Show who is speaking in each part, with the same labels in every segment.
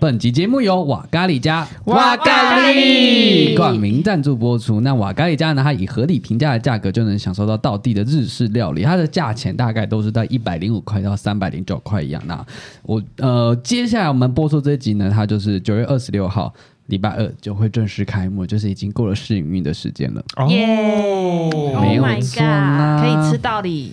Speaker 1: 本集节目由瓦咖喱家
Speaker 2: 瓦咖喱
Speaker 1: 冠名赞助播出。那瓦咖喱家呢，它以合理平价的价格就能享受到道地的日式料理，它的价钱大概都是在一百零五块到三百零九块一样。那我呃，接下来我们播出这一集呢，它就是九月二十六号。礼拜二就会正式开幕，就是已经过了试营运的时间了。
Speaker 3: 哦
Speaker 2: 耶
Speaker 1: Oh 没有 my 错啦
Speaker 2: 可以吃到底，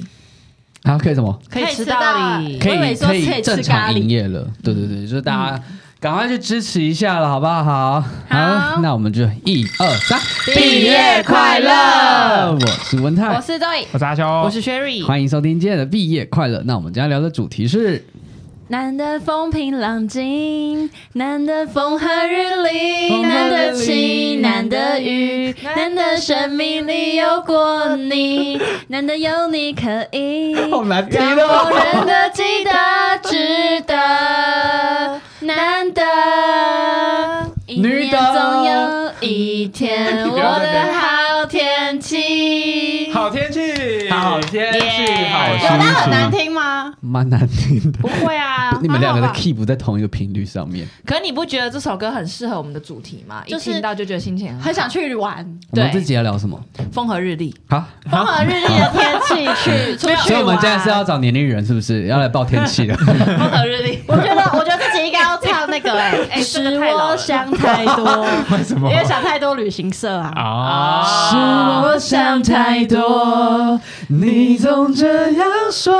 Speaker 1: 啊，可以什么？
Speaker 2: 可以吃到底，
Speaker 1: 可
Speaker 4: 我以为
Speaker 1: 以
Speaker 4: 说
Speaker 1: 可以
Speaker 4: 可以吃
Speaker 1: 正
Speaker 4: 咖
Speaker 1: 常
Speaker 4: 喱嗯
Speaker 1: 营业了。对对对，就是大家赶快去支持一下了，好不好？好，
Speaker 4: 好
Speaker 1: 那我们就一二三，
Speaker 4: 毕业快乐！
Speaker 1: 我是文
Speaker 4: 我
Speaker 1: 泰，
Speaker 4: 是 Zoe，
Speaker 3: 我是阿修，
Speaker 2: 我是 Sherry，
Speaker 1: 欢迎收听今天的毕业快乐。那我们今天聊的主题是
Speaker 4: 难得风平浪静，难得风和日丽，
Speaker 1: 风和日丽
Speaker 4: 难得晴，难得雨，难得生命里有过 你，难得有你可以
Speaker 1: 难听
Speaker 4: 让
Speaker 1: 哦
Speaker 4: 我认得记得，值得，难得。一
Speaker 1: 女
Speaker 4: 年
Speaker 1: 的
Speaker 4: 总有一 天，
Speaker 3: 不要
Speaker 4: 我
Speaker 3: 再
Speaker 4: 的好天气。
Speaker 3: 好天气，
Speaker 1: 好天气，
Speaker 2: Yeah
Speaker 1: 好
Speaker 3: 有到
Speaker 1: 心
Speaker 3: 很难
Speaker 2: 听吗？
Speaker 1: 情，蛮难听的。
Speaker 2: 不会啊，
Speaker 1: 你们两个的
Speaker 2: 还好吧
Speaker 1: key 不在同一个频率上面，
Speaker 2: 可你不觉得这首歌很适合我们的主题吗？一
Speaker 4: 就是
Speaker 2: 听到就觉得心情很好
Speaker 4: 很想去玩，
Speaker 1: 我们
Speaker 2: 对
Speaker 1: 这集要聊什么？
Speaker 2: 风和日丽。
Speaker 1: 好，
Speaker 4: 风和日丽的天气 去出去玩。
Speaker 1: 所以我们现在是要找年龄人，是不是要来报天气 了？
Speaker 2: 风和日丽，
Speaker 4: 我觉得，我觉得自己应该要唱 那个哎、
Speaker 2: 哎这个
Speaker 4: 使
Speaker 2: 太老了
Speaker 4: 我想太多，
Speaker 3: 为什么
Speaker 4: 因为想太多旅行社啊。
Speaker 3: 啊？
Speaker 1: 是我想太多，你总这样说，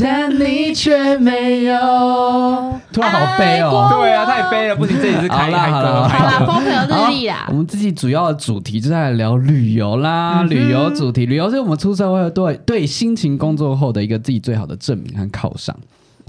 Speaker 1: 但你却没有。突然好悲哦。
Speaker 3: 对啊，太悲了，不行，这里是
Speaker 1: 好
Speaker 3: 开
Speaker 1: 啦
Speaker 3: 开
Speaker 1: 好
Speaker 3: 歌
Speaker 1: 啦
Speaker 3: 开
Speaker 4: 好啦，
Speaker 3: 歌
Speaker 4: 风和日啊丽
Speaker 1: 好
Speaker 4: 啦
Speaker 1: 我。们自己主要的主题就在聊旅游啦，
Speaker 4: 嗯
Speaker 1: 旅游主题，旅游是我们出社会对对辛勤工作后的一个自己最好的证明和犒赏，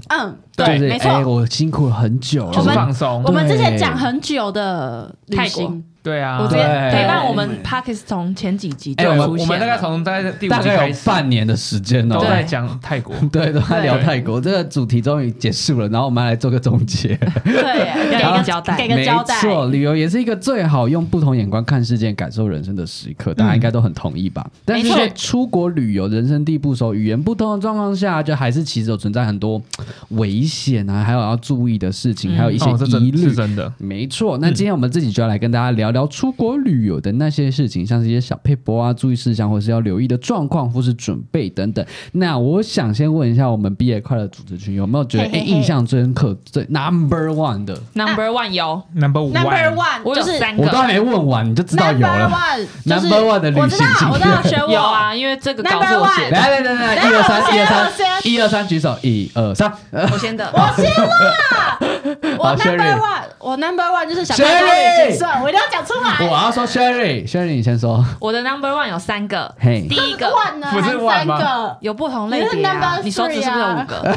Speaker 4: 嗯，
Speaker 1: 就
Speaker 3: 对，
Speaker 1: 是
Speaker 4: 没错
Speaker 1: 哎，我辛苦了很久了，
Speaker 3: 就是
Speaker 4: 我们
Speaker 3: 放松
Speaker 4: 我，们之前
Speaker 1: 对
Speaker 4: 讲很久的旅行，
Speaker 3: 对啊，
Speaker 2: 我
Speaker 1: 觉
Speaker 2: 觉
Speaker 1: 得
Speaker 2: 得
Speaker 1: 对
Speaker 2: 陪伴我们 Parkes 从前几集就
Speaker 3: 对，我
Speaker 2: 出
Speaker 3: 们我
Speaker 2: 现
Speaker 3: 们大概
Speaker 2: 了
Speaker 3: 从大概第五
Speaker 1: 大
Speaker 3: 集
Speaker 1: 概
Speaker 3: 开
Speaker 1: 有
Speaker 3: 始，
Speaker 1: 半年的时间哦
Speaker 3: 都。在
Speaker 2: 对
Speaker 3: 讲泰国，
Speaker 1: 对，都在聊
Speaker 3: 对
Speaker 1: 泰国，这个主题终于结束了，然后我们来做个总结。
Speaker 4: 对，
Speaker 2: 要有一
Speaker 4: 给一
Speaker 2: 个
Speaker 4: 个
Speaker 2: 交代
Speaker 4: 给个交代
Speaker 1: 没。错，旅游也是一个最好用不同眼光看世界、感受人生的时刻，大家应该都很同意吧？但是
Speaker 4: 嗯没错
Speaker 1: 在出国旅游、人生地不熟、语言不通的状况下，就还是其实有存在很多嘖危险啊，还有要注意的事情，
Speaker 4: 嗯
Speaker 1: 还有一些
Speaker 3: 哦，是
Speaker 1: 疑
Speaker 3: 真
Speaker 1: 虑。嗯
Speaker 3: 是真的，
Speaker 1: 没错，那今天我们自己就要来跟大家聊聊出国旅游的那些事情，像是一些小配博啊、注意事项，或是要留意的状况，或是准备等等。那我想先问一下，我们毕业快乐组织群有没有觉得
Speaker 4: 嘿嘿
Speaker 1: 哎
Speaker 4: 嘿
Speaker 1: 印象最深刻、最 number one 的？
Speaker 2: Number One 有
Speaker 3: Number
Speaker 4: Number
Speaker 3: One，
Speaker 4: one
Speaker 2: 我有
Speaker 4: 啊就是
Speaker 2: 三
Speaker 1: 我
Speaker 2: 个
Speaker 1: 都还没问完，你就知道有
Speaker 4: number
Speaker 1: 了。
Speaker 4: one 就是
Speaker 1: Number one 的旅行
Speaker 4: 我知道，我知道，选我
Speaker 2: 有啊，因为这个稿
Speaker 4: Number
Speaker 2: 是我写的，
Speaker 1: 来来来来，一二三，一二三，一二三，举手，一二三。呃
Speaker 2: 我先的。
Speaker 4: 我先啦，我
Speaker 1: 好
Speaker 4: number
Speaker 1: ，Sherry
Speaker 4: one，我 number one 就是想太多旅行社，我一定要讲出
Speaker 1: 我
Speaker 4: 来。
Speaker 1: 要说 Sherry，Sherry 你先说。
Speaker 2: 我的 Number One 有三个，
Speaker 1: 嘿
Speaker 2: 第，一个
Speaker 4: one 呢，
Speaker 3: 不是
Speaker 4: 还
Speaker 3: one
Speaker 4: 三
Speaker 3: 吗
Speaker 4: 个。
Speaker 2: 有不同类
Speaker 4: 你
Speaker 2: 别
Speaker 4: 是
Speaker 2: 啊
Speaker 4: number，
Speaker 2: 你手指是不是有
Speaker 4: three 啊
Speaker 2: 五个？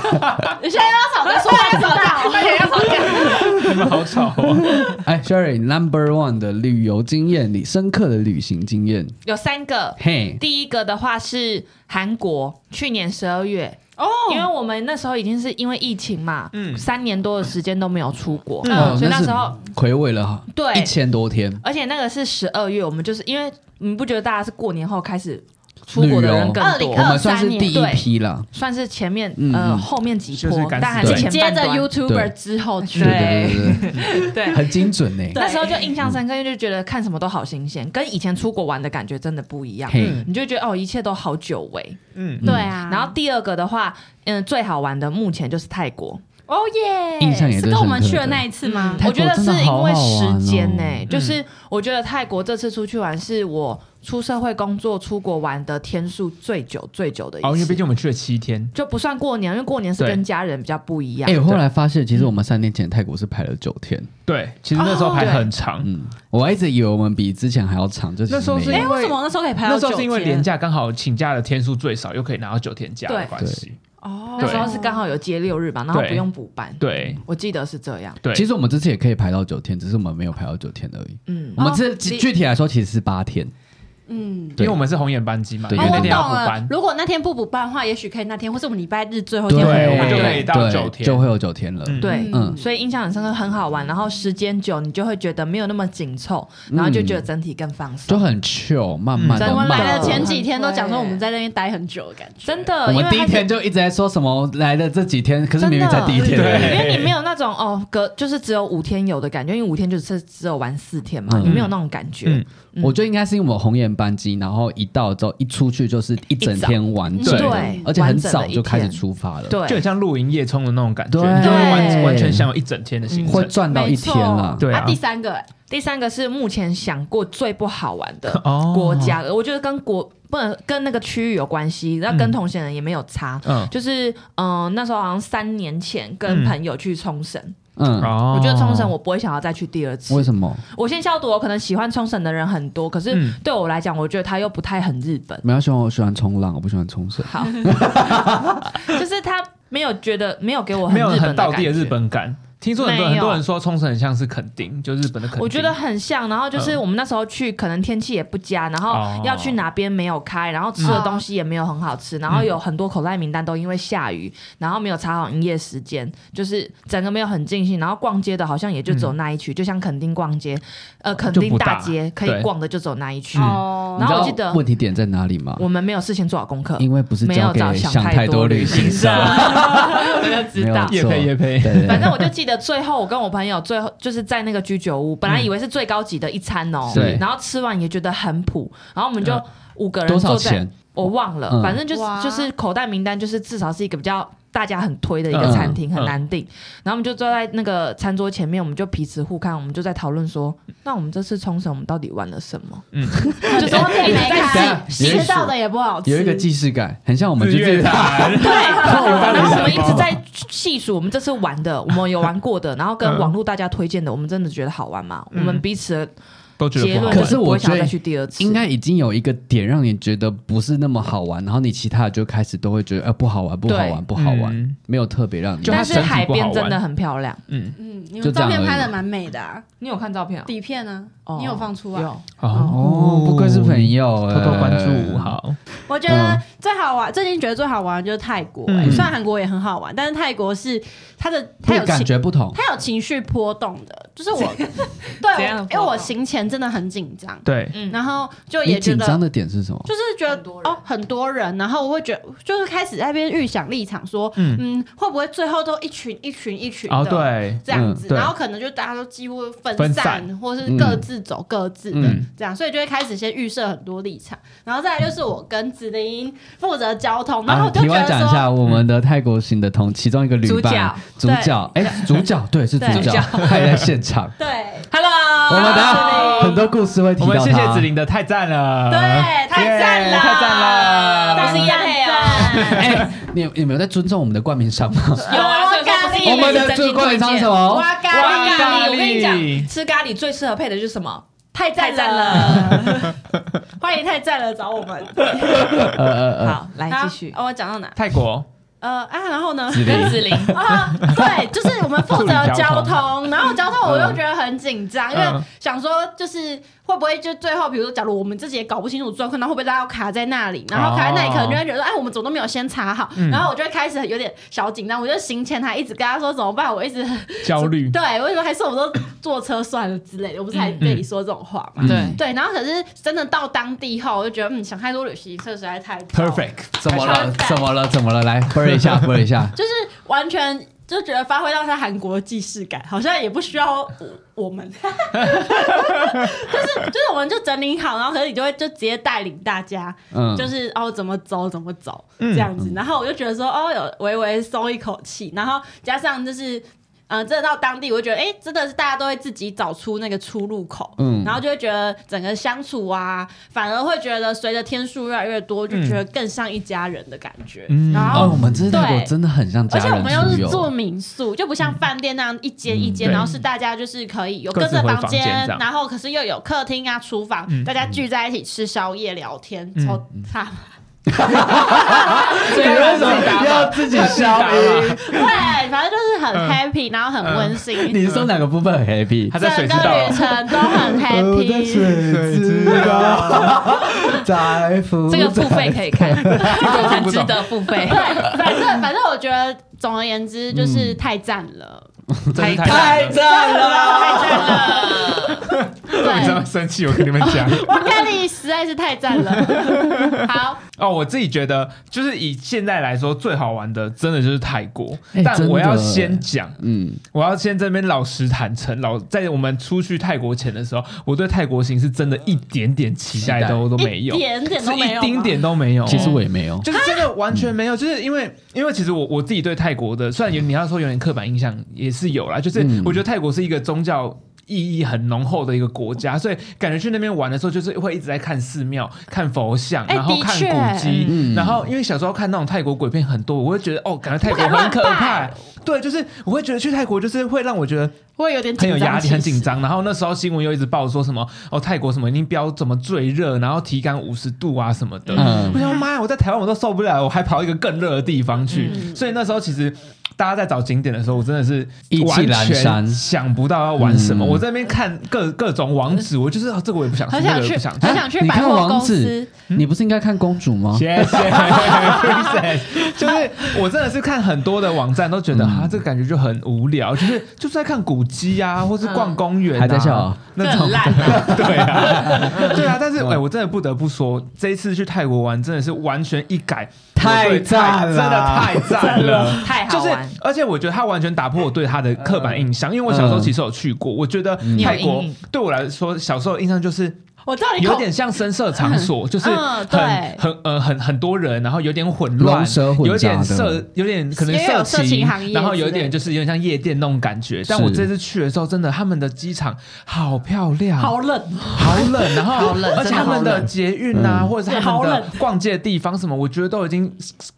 Speaker 4: 你现在要吵着说话 要吵架，快点要吵架。
Speaker 3: 你们好吵哦。
Speaker 1: 哎，Sherry number one 的旅游经验里，深刻的旅行经验。
Speaker 2: 有三个。
Speaker 1: 嘿，
Speaker 2: 第一个的话是韩国，去年十二月，
Speaker 4: 哦，
Speaker 2: 因为我们那时候已经是因为疫情嘛，
Speaker 3: 嗯
Speaker 2: 三年多的时间都没有出国，
Speaker 1: 哦
Speaker 2: 嗯所以那
Speaker 1: 是
Speaker 2: 时候
Speaker 1: 回味了哈，
Speaker 2: 对
Speaker 1: 一千多天。
Speaker 2: 而且那个是十二月，我们就是因为你不觉得大家是过年后开始出国的人更
Speaker 4: 旅游
Speaker 2: 多，
Speaker 1: 我
Speaker 2: 我们
Speaker 1: 们算是第一批了，
Speaker 2: 算是前面
Speaker 1: 嗯
Speaker 2: 呃
Speaker 1: 嗯
Speaker 2: 后面几波
Speaker 3: 就是，赶
Speaker 2: 但还
Speaker 3: 时
Speaker 1: 间
Speaker 2: 是前
Speaker 4: 接
Speaker 2: 半
Speaker 4: 着
Speaker 2: 段。
Speaker 4: YouTuber 之后去
Speaker 1: 对
Speaker 3: 啊
Speaker 1: 对对对，
Speaker 2: 对，
Speaker 1: 很精准呢。
Speaker 2: 那时候就印象深刻，因为就觉得看什么都好新鲜，跟以前出国玩的感觉真的不一样。
Speaker 1: 嘿，
Speaker 2: 你就觉得哦，一切都好久违。
Speaker 3: 嗯，
Speaker 4: 对啊，
Speaker 2: 然后第二个的话，嗯，最好玩的目前就是泰国，
Speaker 4: 哦耶，
Speaker 1: 印象也
Speaker 4: 是
Speaker 1: 真
Speaker 4: 跟我们
Speaker 1: 深刻
Speaker 4: 去的
Speaker 1: 对
Speaker 4: 那一次吗？
Speaker 1: 嗯泰
Speaker 2: 我
Speaker 1: 国
Speaker 2: 觉得
Speaker 1: 真
Speaker 2: 是
Speaker 1: 的好
Speaker 2: 因为
Speaker 1: 好玩
Speaker 2: 时间呢、
Speaker 1: 哦
Speaker 2: 就是我觉得泰国这次出去玩是我出社会工作出国玩的天数最久最久的一次，
Speaker 3: 哦，因为毕竟我们去了七天，
Speaker 2: 就不算过年，因为过年是
Speaker 3: 对
Speaker 2: 跟家人比较不一样。
Speaker 1: 哎，我后来发现，
Speaker 2: 嗯
Speaker 1: 其实我们三年前泰国是排了九天。
Speaker 3: 对，哦其实那时候排很长，
Speaker 1: 嗯，我还一直以为我们比之前还要长，就是
Speaker 3: 那时候是
Speaker 4: 哎，
Speaker 3: 因
Speaker 4: 为什么我那时候可以排到
Speaker 3: 那时
Speaker 4: 九
Speaker 3: 候是因为
Speaker 4: 天
Speaker 3: 年假刚好请假的天数最少，又可以拿到九天假的
Speaker 2: 对
Speaker 3: 关系，
Speaker 4: 哦，
Speaker 2: 那时候是刚好有接六日吧，然后
Speaker 3: 对
Speaker 2: 不用补班，
Speaker 3: 对
Speaker 2: 我记得是这样。
Speaker 3: 对，
Speaker 1: 其实我们这次也可以排到九天，只是我们没有排到九天而已。
Speaker 2: 嗯，
Speaker 1: 我们这
Speaker 4: 哦
Speaker 1: 具具体来说其实是八天，
Speaker 4: 嗯。
Speaker 3: 因
Speaker 1: 对
Speaker 3: 为我们是红眼班机嘛，
Speaker 1: 对
Speaker 3: 因
Speaker 4: 哦，
Speaker 3: 为
Speaker 1: 有
Speaker 4: 我
Speaker 3: 那
Speaker 1: 点
Speaker 3: 天
Speaker 4: 懂
Speaker 3: 要补
Speaker 4: 了
Speaker 3: 班。。
Speaker 4: 如果那天不补办的话，也许可以那天，或是我们礼拜日最
Speaker 2: 哦
Speaker 4: 后一
Speaker 1: 对
Speaker 4: 天补
Speaker 3: 我们
Speaker 4: 办。
Speaker 3: 就可以到
Speaker 1: 对
Speaker 3: 九天，
Speaker 1: 就会有九天了。
Speaker 3: 嗯
Speaker 2: 对，
Speaker 1: 嗯
Speaker 2: 所以印象很深刻，很好玩。然后时间久，你就会觉得没有那么紧凑，然后就觉得整体更放
Speaker 1: 嗯
Speaker 2: 松。
Speaker 1: 就很 chill，慢慢
Speaker 3: 嗯
Speaker 1: 的。
Speaker 4: 我们
Speaker 1: 慢
Speaker 4: 来
Speaker 1: 慢
Speaker 4: 的
Speaker 1: 地
Speaker 4: 前几天都讲说我们在那边待很久的感觉，
Speaker 2: 真的，
Speaker 1: 我
Speaker 2: 因
Speaker 1: 们
Speaker 2: 为
Speaker 1: 第一
Speaker 2: 它是
Speaker 1: 天就一直在说什么来的这几天，可是
Speaker 2: 真的
Speaker 1: 明明才第一天而已。
Speaker 3: 对
Speaker 2: 因为你没有那种哦，隔就是只有五天有的感觉，因为五天就只只有玩四天嘛，
Speaker 1: 嗯
Speaker 2: 你没有那种感觉
Speaker 3: 嗯。
Speaker 2: 嗯
Speaker 1: 我觉得应该是因为我们红眼班机，然后一到之后一出去就是一整天完整
Speaker 3: 一
Speaker 1: 的
Speaker 3: 早
Speaker 2: 嗯对，
Speaker 1: 而且很
Speaker 2: 完整
Speaker 1: 早
Speaker 2: 的一
Speaker 1: 就开始
Speaker 2: 天
Speaker 1: 出发了，，
Speaker 3: 就
Speaker 2: 对
Speaker 3: 很，像露营夜冲的那种感觉，
Speaker 1: 对
Speaker 3: 你就会完
Speaker 4: 对
Speaker 3: 完全享有一整天的行
Speaker 1: 会
Speaker 3: 程。
Speaker 1: 赚到一天了。
Speaker 3: 对啊
Speaker 4: 啊，第三个，
Speaker 2: 第三个是目前想过最不好玩的
Speaker 3: 哦
Speaker 2: 国家，我觉得跟国不能跟那个区域有关系，那跟同行人也没有差。
Speaker 3: 嗯，
Speaker 2: 就是嗯、呃那时候好像三年前跟朋友去冲绳，
Speaker 1: 嗯，
Speaker 3: 哦
Speaker 2: 我觉得冲绳我不会想要再去第二次。
Speaker 1: 为什么？
Speaker 2: 我先消毒，我可能喜欢冲绳的人很多，可是
Speaker 3: 嗯
Speaker 2: 对我来讲，我觉得它又不太很日本。
Speaker 1: 没有喜欢我喜欢冲浪，我不喜欢冲绳。
Speaker 2: 好， 就是他没有觉得没有给我
Speaker 3: 没有
Speaker 2: 日本
Speaker 3: 很
Speaker 2: 的
Speaker 3: 到
Speaker 2: 感
Speaker 3: 地的
Speaker 2: 觉。
Speaker 3: 日本感。听说很多
Speaker 2: 没
Speaker 3: 很
Speaker 2: 有
Speaker 3: 多人说冲绳很像是垦丁，就日本的垦丁。
Speaker 2: 我觉得很像，然后就是
Speaker 3: 嗯
Speaker 2: 我们那时候去，可能天气也不佳，然后
Speaker 3: 哦
Speaker 2: 要去哪边没有开，然后吃的东西也没有很好吃，
Speaker 3: 嗯
Speaker 2: 然后有很多口袋名单都因为下雨，然后没有查好营业时间，就是整个没有很尽兴，然后逛街的好像也就只有那一区，就像垦丁逛街，呃，垦
Speaker 3: 嗯就
Speaker 2: 丁
Speaker 3: 不大
Speaker 2: 大街可以
Speaker 3: 对
Speaker 2: 逛的就只有那一区，
Speaker 3: 嗯
Speaker 4: 哦
Speaker 1: 你
Speaker 2: 然
Speaker 1: 知
Speaker 2: 后
Speaker 1: 道
Speaker 2: 我记得
Speaker 1: 问题点在哪里吗？
Speaker 2: 我们没有事先做好功课，
Speaker 1: 因为不是
Speaker 2: 没
Speaker 1: 交
Speaker 2: 有
Speaker 1: 给
Speaker 2: 找
Speaker 1: 想
Speaker 2: 太
Speaker 1: 多
Speaker 2: 旅
Speaker 1: 行
Speaker 2: 社，
Speaker 3: 啊
Speaker 2: 我就知
Speaker 1: 没有
Speaker 2: 道。
Speaker 3: 夜配夜配，
Speaker 1: 对对对
Speaker 2: 反正我就记得最后，我跟我朋友最后就是在那个居酒屋，本来以为是最高级的一餐哦、
Speaker 1: 对
Speaker 2: 然后吃完也觉得很普，然后我们就
Speaker 3: 嗯
Speaker 2: 五个人
Speaker 1: 多少
Speaker 2: 坐在，
Speaker 1: 钱？
Speaker 2: 我忘了，
Speaker 1: 嗯
Speaker 2: 反正就是
Speaker 4: 哇
Speaker 2: 就是口袋名单，就是至少是一个比较大家很推的一个
Speaker 1: 嗯
Speaker 2: 餐厅，很
Speaker 3: 嗯
Speaker 2: 难定。然后我们就坐在那个餐桌前面，我们就彼此互看，我们就在讨论说，那我们这次冲绳我们到底玩了什么？
Speaker 3: 嗯
Speaker 2: 就是
Speaker 4: 昨天
Speaker 2: 一直
Speaker 4: 没
Speaker 2: 在
Speaker 1: 等一下
Speaker 4: 看，吃到的也不好吃。
Speaker 1: 有一个既视感，很像我
Speaker 3: 我
Speaker 1: 们去日本。
Speaker 3: 坛，
Speaker 2: 对，然后我们一
Speaker 3: 什么
Speaker 2: 直在细数我们这次玩的，我们有玩过的，然后跟
Speaker 3: 嗯
Speaker 2: 网络大家推荐的，我们真的觉得好玩吗？我
Speaker 3: 嗯
Speaker 2: 们彼此的
Speaker 3: 都觉
Speaker 2: 结
Speaker 3: 得不
Speaker 2: 论
Speaker 3: 好
Speaker 1: 可
Speaker 2: 就
Speaker 3: 玩。
Speaker 2: 是是不
Speaker 1: 我
Speaker 2: 会想
Speaker 1: 觉
Speaker 2: 再
Speaker 1: 得
Speaker 2: 去第二 次，
Speaker 1: 应该已经有一个点让你觉得不是那么好玩，然后你其他的就开始都会觉得，呃，不好玩，不好玩，
Speaker 2: 对
Speaker 1: 不好玩，
Speaker 3: 嗯
Speaker 1: 没有特别让你。
Speaker 3: 就它
Speaker 2: 但是
Speaker 3: 整体
Speaker 2: 海
Speaker 3: 不好
Speaker 2: 边
Speaker 3: 玩
Speaker 2: 真的很漂亮。
Speaker 3: 嗯，
Speaker 4: 嗯，你
Speaker 1: 就
Speaker 4: 们
Speaker 1: 这
Speaker 4: 照
Speaker 1: 样
Speaker 4: 片
Speaker 1: 而已
Speaker 4: 拍的蛮美的啊，
Speaker 2: 你有看照片啊？
Speaker 4: 底片呢？
Speaker 2: 哦
Speaker 4: 你有放出啊？
Speaker 2: 有，
Speaker 1: 哦，不愧是朋，友、
Speaker 3: 偷
Speaker 1: 欸，
Speaker 3: 偷关注，好，
Speaker 4: 我觉
Speaker 1: 嗯
Speaker 4: 得最好玩，最近觉得最好玩的就是泰国、欸，
Speaker 3: 嗯
Speaker 4: 虽然韩国也很好玩，但是泰国是它的它
Speaker 1: 不
Speaker 4: 有
Speaker 1: 感
Speaker 4: 情
Speaker 1: 觉不同。
Speaker 4: 它有情绪波动的，就是 我
Speaker 2: 怎
Speaker 4: 对
Speaker 2: 样的，
Speaker 4: 因为
Speaker 2: 波
Speaker 4: 我
Speaker 2: 动
Speaker 4: 行前真的很紧张，
Speaker 3: 对，
Speaker 2: 嗯，
Speaker 4: 然后就
Speaker 1: 你
Speaker 4: 也觉
Speaker 1: 紧
Speaker 4: 得
Speaker 1: 张的点是什么？
Speaker 4: 就是觉
Speaker 2: 很
Speaker 4: 得
Speaker 2: 多人
Speaker 4: 哦很多人，然后我会觉得就是开始在那边预想立场说，
Speaker 3: 嗯
Speaker 4: 嗯会不会最后都一群一群一群的、
Speaker 3: 哦对，
Speaker 4: 这样子，
Speaker 3: 嗯对
Speaker 4: 然后可能就大家都几乎分
Speaker 3: 分
Speaker 4: 散，
Speaker 3: 散
Speaker 4: 或是
Speaker 1: 嗯
Speaker 4: 各自走各自的、
Speaker 1: 嗯
Speaker 4: 这样，所以就会开始先预设很多立场，然后再来就是我跟子琳负责交通，然后我就
Speaker 1: 题
Speaker 4: 觉
Speaker 1: 外
Speaker 4: 得
Speaker 1: 讲啊一
Speaker 4: 说，
Speaker 1: 下，我们的泰国行的同其中一个旅伴主
Speaker 4: 主角
Speaker 1: 角，哎，主角对是主
Speaker 4: 嗯对
Speaker 1: 角，他也在现场。
Speaker 4: 对
Speaker 2: Hello，
Speaker 1: 我们等一下
Speaker 4: 子
Speaker 1: 很多故事会提
Speaker 3: 我
Speaker 1: 到他。
Speaker 3: 们谢谢子琳的，太赞了，
Speaker 4: 对，太赞了，
Speaker 3: 耶太赞了，
Speaker 4: 但是
Speaker 2: 一
Speaker 4: 一
Speaker 2: 样
Speaker 4: 样
Speaker 2: 赞
Speaker 4: 赞。
Speaker 1: 哎，你你们有在尊重我们的冠名商 吗？
Speaker 2: 哦有啊，所以说不是因为
Speaker 1: 我们的
Speaker 2: 是真心
Speaker 1: 最冠名商
Speaker 2: 推荐
Speaker 1: 是什么
Speaker 4: 啊
Speaker 2: 哇咖
Speaker 3: 哇
Speaker 2: 喱咖
Speaker 3: 咖
Speaker 2: 喱，
Speaker 3: 喱
Speaker 2: 我跟你讲， 吃咖喱最适合配的就是什么？
Speaker 4: 太
Speaker 2: 赞
Speaker 4: 赞
Speaker 2: 了
Speaker 4: 了！欢迎太赞了找我 们。
Speaker 1: 呃呃呃，
Speaker 2: 好，来
Speaker 4: 然后
Speaker 2: 继续。
Speaker 4: 哦，我讲到哪？
Speaker 3: 泰国，
Speaker 4: 呃啊，然后 呢？
Speaker 1: 子琳
Speaker 2: 跟子琳，
Speaker 4: 啊，对，就是我们负责交
Speaker 3: 交
Speaker 4: 通，然后交通我又觉得很紧张，因为
Speaker 3: 嗯
Speaker 4: 想说就是会不会就最后，比如说假如我们自己也搞不清楚状况，那会不会大家要卡在那里？然后卡在那里，
Speaker 3: 哦
Speaker 4: 可能就会觉得，哎，我们怎么都没有先查好，
Speaker 3: 嗯
Speaker 4: 然后我就会开始有点小紧张，我就行前还一直跟他说怎么办，我一直，
Speaker 3: 焦虑
Speaker 4: 对，我就说还是我们都坐车算了之类的，我不是还被你说这种话吗？
Speaker 1: 嗯
Speaker 2: 对
Speaker 4: 对，然后可是真的到当地后，我就觉得嗯，想太多旅行社实在太糟了
Speaker 3: perfect，
Speaker 1: 怎么了
Speaker 4: 超？赞
Speaker 1: 怎么了？怎么了？来啵一下， 啵一 下。
Speaker 4: 就是完全就觉得发挥到他韩国的既视感，好像也不需要我我们， 就是就是我们就整理好，然后可是你就会就直接带领大家，
Speaker 1: 嗯，
Speaker 4: 就是哦怎么走怎么走
Speaker 3: 嗯
Speaker 4: 这样子，然后我就觉得说哦有微微松一口气，然后加上就是。嗯，真的到当地，我就觉得，哎、真的是大家都会自己找出那个出入口，
Speaker 1: 嗯
Speaker 4: 然后就会觉得整个相处啊，反而会觉得随着天数越来越多，就觉得更像一家人的感觉。
Speaker 3: 嗯
Speaker 4: 然后
Speaker 1: 哦，我们这泰国
Speaker 4: 对
Speaker 1: 真的很像家
Speaker 4: 而且我
Speaker 1: 人
Speaker 4: 们又
Speaker 1: 出
Speaker 4: 是住
Speaker 1: 游。
Speaker 4: 民宿，就不像饭店那样一间一间，
Speaker 3: 嗯
Speaker 4: 然后是大家就是可以有
Speaker 3: 各
Speaker 4: 各
Speaker 3: 自
Speaker 4: 自的
Speaker 3: 回
Speaker 4: 房
Speaker 3: 房间
Speaker 4: 间，
Speaker 3: 这样
Speaker 4: 然后可是又有客厅啊、厨房，
Speaker 3: 嗯
Speaker 4: 大家聚在一起吃宵夜、聊天，
Speaker 3: 嗯
Speaker 4: 超差。
Speaker 1: 你为什么要自己消音？
Speaker 4: 对，反正就是很
Speaker 3: 嗯
Speaker 4: happy，然后很温馨，
Speaker 1: 你是说哪个部分很 happy？
Speaker 3: 他在水
Speaker 4: 整
Speaker 3: 知道
Speaker 4: 个
Speaker 3: 啊
Speaker 4: 旅程都 很 happy。
Speaker 1: 水知道，在乎
Speaker 2: 这个付费可以看，这个很值得付费
Speaker 4: 对，。反正反正我觉得，总而言之就是太赞 了，
Speaker 3: 真是太
Speaker 1: 太
Speaker 3: 赞了
Speaker 1: 赞
Speaker 4: 太
Speaker 1: 了！
Speaker 4: 赞了！
Speaker 3: 你这样生气，我跟你们 讲。
Speaker 4: 我跟你实在是太赞 了。好，
Speaker 3: 哦，我自己觉得，就是以现在来说，最好玩的真的就是泰国。
Speaker 1: 哎
Speaker 3: 但我要
Speaker 1: 真的
Speaker 3: 先讲，
Speaker 1: 嗯，
Speaker 3: 我要先这边老实坦诚，老在我们出去泰国前的时候，我对泰国行是真的一点点期待都都没有，
Speaker 4: 一点点
Speaker 3: 是
Speaker 4: 都没
Speaker 3: 一
Speaker 4: 有，
Speaker 3: 丁点。都没有。
Speaker 1: 其实我也没有。
Speaker 3: 就是真的完全没有，就是因为因为其实我我自己对泰国的，虽然有你要说有点刻板印象也是有啦，就是
Speaker 1: 嗯
Speaker 3: 我觉得泰国是一个宗教。意义很浓厚的一个国家，所以感觉去那边玩的时候，就是会一直在看寺庙、看佛像，
Speaker 4: 哎
Speaker 3: 然后看
Speaker 4: 的确
Speaker 3: 古迹，
Speaker 1: 嗯
Speaker 3: 然后因为小时候看那种泰国鬼片很多，我会觉得哦，感觉泰国很可怕。对，就是我会觉得去泰国就是会让我觉得
Speaker 4: 会有点
Speaker 3: 很有
Speaker 4: 紧张
Speaker 3: 压力，
Speaker 4: 其实
Speaker 3: 很紧张。然后那时候新闻又一直报说什么哦，泰国什么已经标怎么最热，然后体感五十度啊什么的。
Speaker 1: 嗯
Speaker 3: 我想妈呀，我在台湾我都受不了，我还跑到一个更热的地方去。
Speaker 4: 嗯
Speaker 3: 所以那时候其实。大家在找景点的时候，我真的是
Speaker 1: 意气
Speaker 3: 完
Speaker 1: 阑珊
Speaker 3: 全想不到要玩什么。
Speaker 1: 嗯
Speaker 3: 我在那边看各各种网址，我就是、哦、这个我也不想吃，
Speaker 4: 很
Speaker 3: 那
Speaker 4: 嗯想
Speaker 3: 个我也
Speaker 4: 去，
Speaker 3: 不想吃。
Speaker 4: 很想去
Speaker 1: 啊你
Speaker 4: 百
Speaker 1: 看
Speaker 4: 货
Speaker 1: 王
Speaker 4: 公司嗯
Speaker 1: 子。，你不是应该看公主吗？
Speaker 3: 谢谢 Princess，就是我真的是看很多的网站都觉得
Speaker 1: 嗯
Speaker 3: 啊，这个感觉就很无聊，就是就是在看古迹啊，或是
Speaker 4: 嗯
Speaker 3: 逛公园、啊，
Speaker 1: 还在笑啊
Speaker 3: 那种
Speaker 2: 这很烂啊
Speaker 3: 对啊， 对啊，但是哎、我真的不得不说，这一次去泰国玩真的是完全一改，
Speaker 1: 太赞了
Speaker 3: 真的太赞了。
Speaker 2: 太
Speaker 3: 就
Speaker 2: 好
Speaker 3: 是
Speaker 2: 玩。，
Speaker 3: 而且我觉得它完全打破我对它的刻板印象，因为我小时候其实有去过，我觉得
Speaker 1: 嗯
Speaker 3: 泰
Speaker 2: 你有
Speaker 3: 国
Speaker 2: 阴影
Speaker 3: 对我来说，小时候的印象就是
Speaker 4: 我知道你口
Speaker 3: 有点像深色场 所，就是
Speaker 4: 嗯
Speaker 3: 很、
Speaker 4: 对
Speaker 3: 很呃很很多人，然后有点混乱
Speaker 1: 龙蛇，哦混杂的
Speaker 3: 有点色，有点可能
Speaker 4: 也有色情
Speaker 3: 情
Speaker 4: 行业
Speaker 3: 然后有
Speaker 4: 之类
Speaker 3: 点
Speaker 4: 的
Speaker 3: 就是有点像夜店那种感觉。但我这次去的时候，真的他们的机场好漂亮，
Speaker 4: 好冷，
Speaker 3: 好冷，然后
Speaker 2: 好冷
Speaker 3: 而且他们
Speaker 2: 真的好
Speaker 3: 的
Speaker 2: 冷
Speaker 3: 捷运啊，
Speaker 1: 嗯
Speaker 3: 或者是他
Speaker 4: 好
Speaker 3: 们
Speaker 4: 冷
Speaker 3: 的逛街的地方什么，我觉得都已经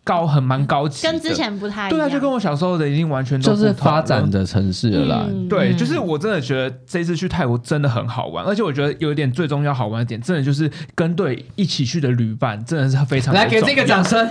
Speaker 3: 高很蛮高级的，
Speaker 4: 跟之前不太一样。
Speaker 3: 对啊，就跟 我小时候的已经完全
Speaker 1: 就
Speaker 3: 都不同
Speaker 1: 是
Speaker 3: 了
Speaker 1: 发展的城市了啦。
Speaker 4: 嗯
Speaker 3: 对，
Speaker 2: 嗯
Speaker 3: 就是我真的觉得这次去泰国真的很好玩，而且我觉得有一点最重要好玩的点，真的就是跟对一起去的旅伴，真的是非常的
Speaker 1: 来，给这个
Speaker 3: 重要
Speaker 1: 掌，声！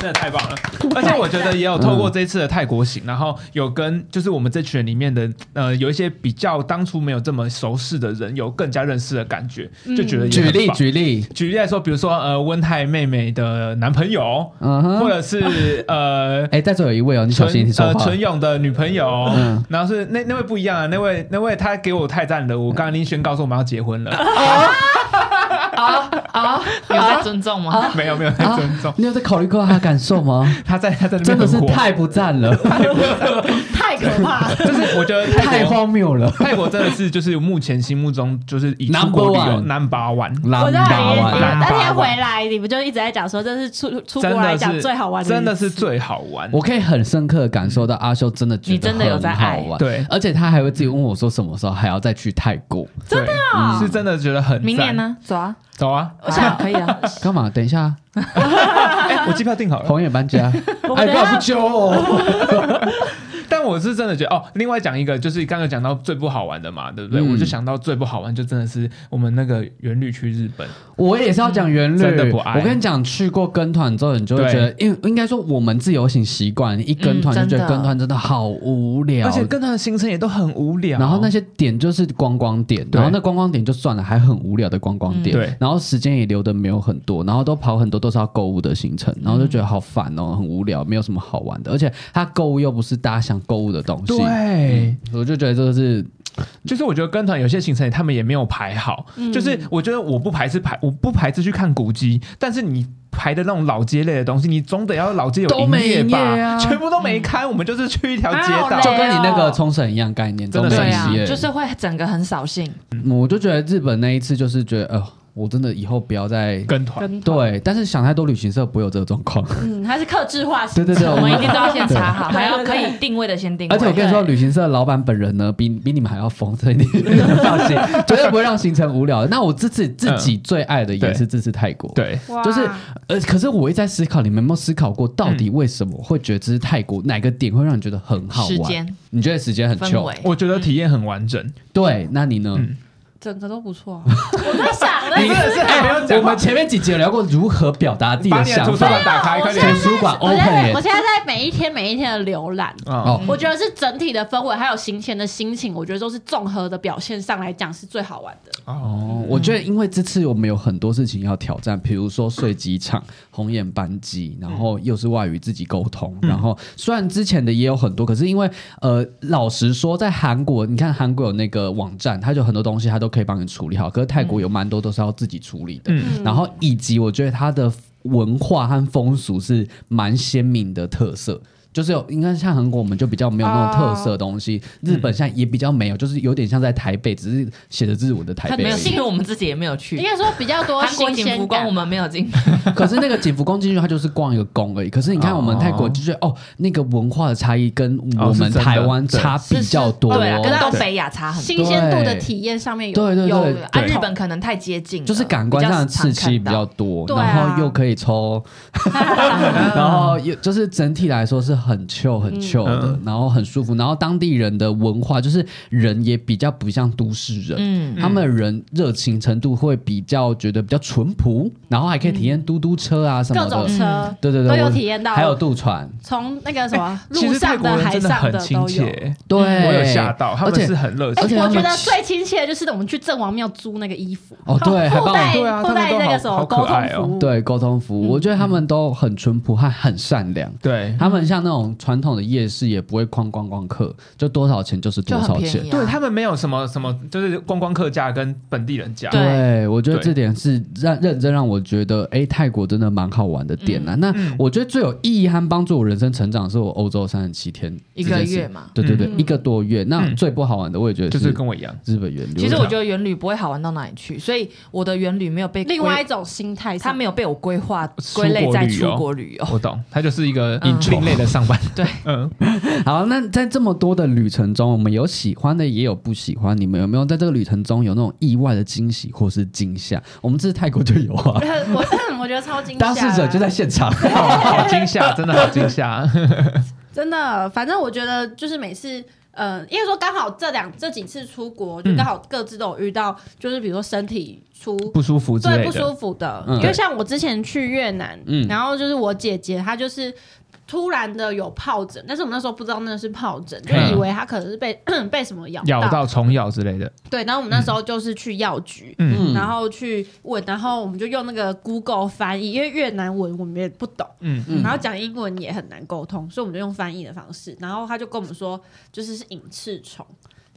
Speaker 3: 真的太棒了。而且我觉得也有透过这次的泰国行，然后有跟就是我们这群人里面的呃有一些比较当初没有这么熟识的人，有更加认识的感觉，就觉得也
Speaker 1: 举
Speaker 3: 很
Speaker 1: 例，
Speaker 3: 棒
Speaker 1: 举例，
Speaker 3: 举例来说，比如说呃温泰妹妹的男朋友，
Speaker 1: 嗯
Speaker 3: 或
Speaker 1: 哼。
Speaker 3: 者是呃
Speaker 1: 哎，在座有一位哦，你小心你
Speaker 3: 纯
Speaker 1: 说
Speaker 3: 呃
Speaker 1: 话。
Speaker 3: 纯勇的女朋友，
Speaker 1: 嗯
Speaker 3: 然后是那那位不一样啊，那位那位他给我太赞了，我刚刚已经宣告说我们要结 婚了，
Speaker 2: 啊啊，有在尊重吗？
Speaker 3: 没有没有太尊重，
Speaker 1: 你有在考虑过他的感受吗？
Speaker 3: 他在他在
Speaker 1: 啊
Speaker 3: 那边
Speaker 1: 真的是
Speaker 3: 很火
Speaker 1: 太不赞 了，
Speaker 4: 太可怕 了。
Speaker 3: 就是我觉得泰
Speaker 1: 太
Speaker 3: 国
Speaker 1: 荒谬 了。
Speaker 3: 泰国真的是就是目前心目中就是以出
Speaker 1: Number
Speaker 3: 国旅游
Speaker 1: one
Speaker 3: number one。
Speaker 4: 我
Speaker 1: 狼
Speaker 4: 在
Speaker 1: 打
Speaker 3: 也
Speaker 1: 完
Speaker 3: 是
Speaker 1: 啦
Speaker 3: 啦
Speaker 4: 那天回来，你们就一直在讲说这是出出
Speaker 3: 真
Speaker 4: 国来
Speaker 3: 的
Speaker 4: 讲
Speaker 3: 是
Speaker 4: 最好玩
Speaker 3: 真的
Speaker 4: 一次
Speaker 3: 是最好玩。
Speaker 1: 我可以很深刻的感受到阿修真的觉得
Speaker 2: 你真的有在
Speaker 1: 很好
Speaker 2: 爱
Speaker 1: 玩，
Speaker 3: 对
Speaker 1: 而且他还会自己问我说什么时候还要再去泰国，
Speaker 3: 真的
Speaker 4: 啊
Speaker 3: 是真的觉得很赞
Speaker 2: 明年？呢？走啊，
Speaker 3: 走啊！
Speaker 4: 我想
Speaker 2: 好可以啊。
Speaker 1: 干嘛？等一 下，
Speaker 3: 哎，我机票订好了。
Speaker 1: 红眼搬 家，
Speaker 4: 我
Speaker 1: 哎，不
Speaker 4: 们等一
Speaker 1: 要
Speaker 4: 下
Speaker 1: 不揪哦。
Speaker 3: 但我 是真的觉得哦，另外讲一个，就是刚刚讲到最不好玩的嘛，对不对？
Speaker 1: 嗯
Speaker 3: 我就想到最不好玩，就真的是我们那个原旅去日本，
Speaker 1: 我也是要讲原
Speaker 3: 真的
Speaker 1: 旅，
Speaker 3: 不爱
Speaker 1: 我跟你讲，去过跟团之后，你就会
Speaker 3: 对
Speaker 1: 觉得，因为应该说我们自由行习惯，一跟团
Speaker 2: 嗯
Speaker 1: 就觉得
Speaker 2: 真的
Speaker 1: 跟团真的好无聊，
Speaker 3: 而且跟他的行程也都很无聊。
Speaker 1: 然后那些点就是观光点，
Speaker 3: 对
Speaker 1: 然后那观光点就算了，还很无聊的观光点，
Speaker 3: 嗯对
Speaker 1: 然后时间也留的没有很多，然后都跑很多都是要购物的行
Speaker 3: 嗯
Speaker 1: 程，然后就觉得好烦哦，很无聊，没有什么好玩的，而且它购物又不是大家想购物的东西，嗯
Speaker 3: 对，
Speaker 1: 我就觉得这个是
Speaker 3: 就是我觉得跟团有些行程他们也没有排好，
Speaker 4: 嗯
Speaker 3: 就是我觉得我不排斥排，我不排斥去看古迹，但是你。排的那种老街类的东西，你总得要老街有
Speaker 1: 都
Speaker 3: 营
Speaker 1: 没
Speaker 3: 业吧？
Speaker 1: 营业啊
Speaker 3: 全部都没开，我们就是去一条街
Speaker 4: 啊好
Speaker 3: 道
Speaker 4: 累。
Speaker 1: 就跟你那个冲绳一样概念，
Speaker 3: 真
Speaker 1: 中
Speaker 3: 的
Speaker 1: 绳
Speaker 2: 对
Speaker 1: 系
Speaker 2: 啊
Speaker 1: 列，，
Speaker 2: 就是会整个很扫兴。
Speaker 1: 嗯我就觉得日本那一次就是觉得，哦、我真的以后不要再
Speaker 3: 跟团，
Speaker 4: 跟团，
Speaker 1: 对，但是想太多旅行社不会有这个状况。
Speaker 4: 嗯，它是克制化型，
Speaker 1: 对对对，
Speaker 2: 我们一定都要先查好，
Speaker 4: 对
Speaker 2: 还要可以定位的先定位。
Speaker 1: 而且我跟你说，旅行社老板本人呢，比比你们还要疯，所以你放心，绝对不会让行程无聊的。那我自己自己最爱的也是这次泰国，，
Speaker 3: 对，
Speaker 4: 哇
Speaker 1: 就是呃，可是我一直在思考，你们有没有思考过，到底为什么会觉得这是泰国哪个点会让你觉得很好
Speaker 2: 时
Speaker 1: 玩？
Speaker 2: 间
Speaker 1: 你觉得时间很
Speaker 2: 氛
Speaker 1: 久？
Speaker 2: 围，
Speaker 3: 我觉得体验很完整。
Speaker 1: 对，那你呢？
Speaker 3: 嗯
Speaker 4: 整个都不错、啊。我在想，我在
Speaker 3: 你真的是还没
Speaker 4: 哎
Speaker 3: 有
Speaker 1: 我
Speaker 3: 讲话
Speaker 1: 们，前面几集有聊过如何表达自己
Speaker 3: 把
Speaker 1: 的
Speaker 3: 你的
Speaker 1: 想
Speaker 3: 图书
Speaker 1: 法
Speaker 3: 馆，打开，
Speaker 4: 对啊
Speaker 3: 快
Speaker 4: 我
Speaker 1: 图
Speaker 3: 点。
Speaker 1: 书馆
Speaker 4: 我现在
Speaker 1: open
Speaker 4: 在我
Speaker 1: 耶。
Speaker 4: 现在在每一天每一天的浏览，
Speaker 3: 哦
Speaker 1: 哦，
Speaker 4: 我觉得是整体的氛围，还有新鲜的心情，我觉得都是综合的表现上来讲是最好玩的。
Speaker 3: 哦，
Speaker 1: 哦，我觉得因为这次我们有很多事情要挑战，比如说睡机场、红眼班机，然后又是外语自己沟通，然后虽然之前的也有很多，可是因为呃，老实说，在韩国，你看韩国有那个网站，它就很多东西它都可以帮你处理好，可是泰国有蛮多都是要自己处理的，
Speaker 3: 嗯
Speaker 1: 然后以及我觉得它的文化和风俗是蛮鲜明的特色。就是有，应该像韩国，我们就比较没有那种特色的东西。日本现在也比较没有，就是有点像在台北，只是写着日文的台
Speaker 2: 很
Speaker 1: 北
Speaker 2: 没
Speaker 1: 而
Speaker 2: 有，
Speaker 1: 已。
Speaker 2: 幸运我们自己也没有去
Speaker 4: 应。该说比较多
Speaker 2: 韩国
Speaker 4: 新
Speaker 2: 景福
Speaker 4: 鲜
Speaker 2: 宫
Speaker 4: 感。
Speaker 2: 我们没有进，
Speaker 1: 可是那个景福宫进去，它就是逛一个宫而已。可是你看我们泰国就觉得，哦，那个文化的差异跟我们台湾差比较多。哦
Speaker 2: 对啊，跟
Speaker 1: 对
Speaker 2: 东北亚差很多。
Speaker 4: 新鲜度的体验上面有
Speaker 1: 对对
Speaker 2: 有
Speaker 1: 对
Speaker 2: 啊，日本可能太接
Speaker 4: 嗯
Speaker 2: 近了，
Speaker 1: 就是感官上的刺激比较多，
Speaker 4: 对啊
Speaker 1: 然后又可以 抽，然后又就是整体来说是很 chill 很 chill 的，
Speaker 3: 嗯
Speaker 1: 然后很舒服，然后当地人的文化就是人也比较不像都市人，
Speaker 2: 嗯
Speaker 1: 他们人热情程度会比较觉得比较淳朴，然后还可以体验嘟嘟车啊什么
Speaker 4: 各
Speaker 1: 的，
Speaker 4: 种车，
Speaker 1: 对对对，
Speaker 4: 都有
Speaker 1: 我
Speaker 4: 体验到嗯
Speaker 1: 还有渡船，
Speaker 4: 从那个什
Speaker 1: 哎
Speaker 4: 么
Speaker 3: 其
Speaker 4: 路
Speaker 3: 实泰
Speaker 4: 上
Speaker 3: 国人
Speaker 4: 海
Speaker 3: 真的
Speaker 4: 上
Speaker 3: 很
Speaker 4: 的
Speaker 3: 亲
Speaker 4: 都有。哎
Speaker 3: 切，
Speaker 1: 对，
Speaker 3: 我有吓到，他
Speaker 1: 而
Speaker 3: 们
Speaker 1: 且
Speaker 3: 是很热
Speaker 1: 而
Speaker 3: 情
Speaker 1: 且。
Speaker 4: 我
Speaker 1: 他
Speaker 4: 觉
Speaker 1: 们
Speaker 4: 得最亲切的就是我们去郑王庙租那个衣服，
Speaker 1: 哦对，还
Speaker 4: 附
Speaker 1: 帮我
Speaker 4: 带
Speaker 3: 对啊
Speaker 4: 附带
Speaker 3: 他们都
Speaker 4: 那个
Speaker 3: 好
Speaker 4: 什么
Speaker 3: 好可
Speaker 4: 沟通
Speaker 3: 爱哦
Speaker 4: 服务，
Speaker 1: 对沟通
Speaker 4: 嗯
Speaker 1: 服务，我觉得他们都很淳朴和很善良。
Speaker 3: 对，
Speaker 1: 他们像那种传统的夜市，也不会框观光客，就多少钱就是
Speaker 2: 就
Speaker 1: 多
Speaker 2: 很
Speaker 1: 少
Speaker 2: 便
Speaker 1: 钱
Speaker 2: 宜、。啊。
Speaker 3: 对他们没有什么什么，就是观光客价跟本地人价。
Speaker 2: 对
Speaker 1: 我觉得
Speaker 3: 对
Speaker 1: 这点是让认真让我觉得，哎、泰国真的蛮好玩的点
Speaker 2: 嗯
Speaker 1: 啊。那我觉得最有意义和帮助我人生成长的是我欧洲三十七天
Speaker 2: 一个
Speaker 1: 这件事
Speaker 2: 月嘛
Speaker 1: 对对对，
Speaker 4: 嗯
Speaker 1: 一个多月。那
Speaker 3: 嗯
Speaker 1: 最不好玩的，我也觉
Speaker 3: 就
Speaker 1: 得
Speaker 3: 是
Speaker 1: 是
Speaker 3: 跟我一样。
Speaker 1: 日本原
Speaker 2: 其
Speaker 1: 旅。
Speaker 2: 实我觉得远旅不会好玩到哪里去，所以我的远旅没有被
Speaker 4: 另外一
Speaker 2: 归，
Speaker 4: 种心态上，
Speaker 2: 它没有被我规划
Speaker 3: 出
Speaker 2: 归
Speaker 3: 国
Speaker 2: 类在
Speaker 3: 旅游
Speaker 2: 出国旅游。
Speaker 4: 哦
Speaker 3: 我懂，他就是一个
Speaker 2: 嗯
Speaker 3: 另类的上 班。
Speaker 2: 对，
Speaker 3: 嗯，
Speaker 1: 好，那在这么多的旅程中，我们有喜欢的，也有不喜欢。你们有没有在这个旅程中有那种意外的惊喜或是惊吓？我们这次泰国就有啊，
Speaker 4: 我 我觉得超惊吓
Speaker 1: 当
Speaker 4: 啦，
Speaker 1: 事者就在现场。
Speaker 3: 好惊吓，真的好惊吓。
Speaker 4: 真的，反正我觉得就是每次。呃，因为说刚好这两这几次出国，就
Speaker 3: 嗯
Speaker 4: 刚好各自都有遇到，就是比如说身体出
Speaker 3: 不舒服之
Speaker 4: 对
Speaker 3: 类
Speaker 4: 不
Speaker 3: 的。
Speaker 4: 舒服的，
Speaker 1: 嗯
Speaker 4: 因为像我之前去越南，
Speaker 1: 嗯
Speaker 4: 然后就是我姐姐她就是突然的有疱疹，但是我们那时候不知道那是疱疹，就
Speaker 3: 嗯
Speaker 4: 以为她可能是被 被什么咬
Speaker 3: 咬到虫咬之类的，
Speaker 4: 对，然后我们那时候就是去药局。
Speaker 3: 嗯，
Speaker 1: 嗯
Speaker 4: 然后去问，然后我们就用那个 Google 翻译，因为越南文我们也不懂，
Speaker 3: 嗯
Speaker 1: 嗯
Speaker 4: 然后讲英文也很难沟通，所以我们就用翻译的方式。然后他就跟我们说，就是是隐翅虫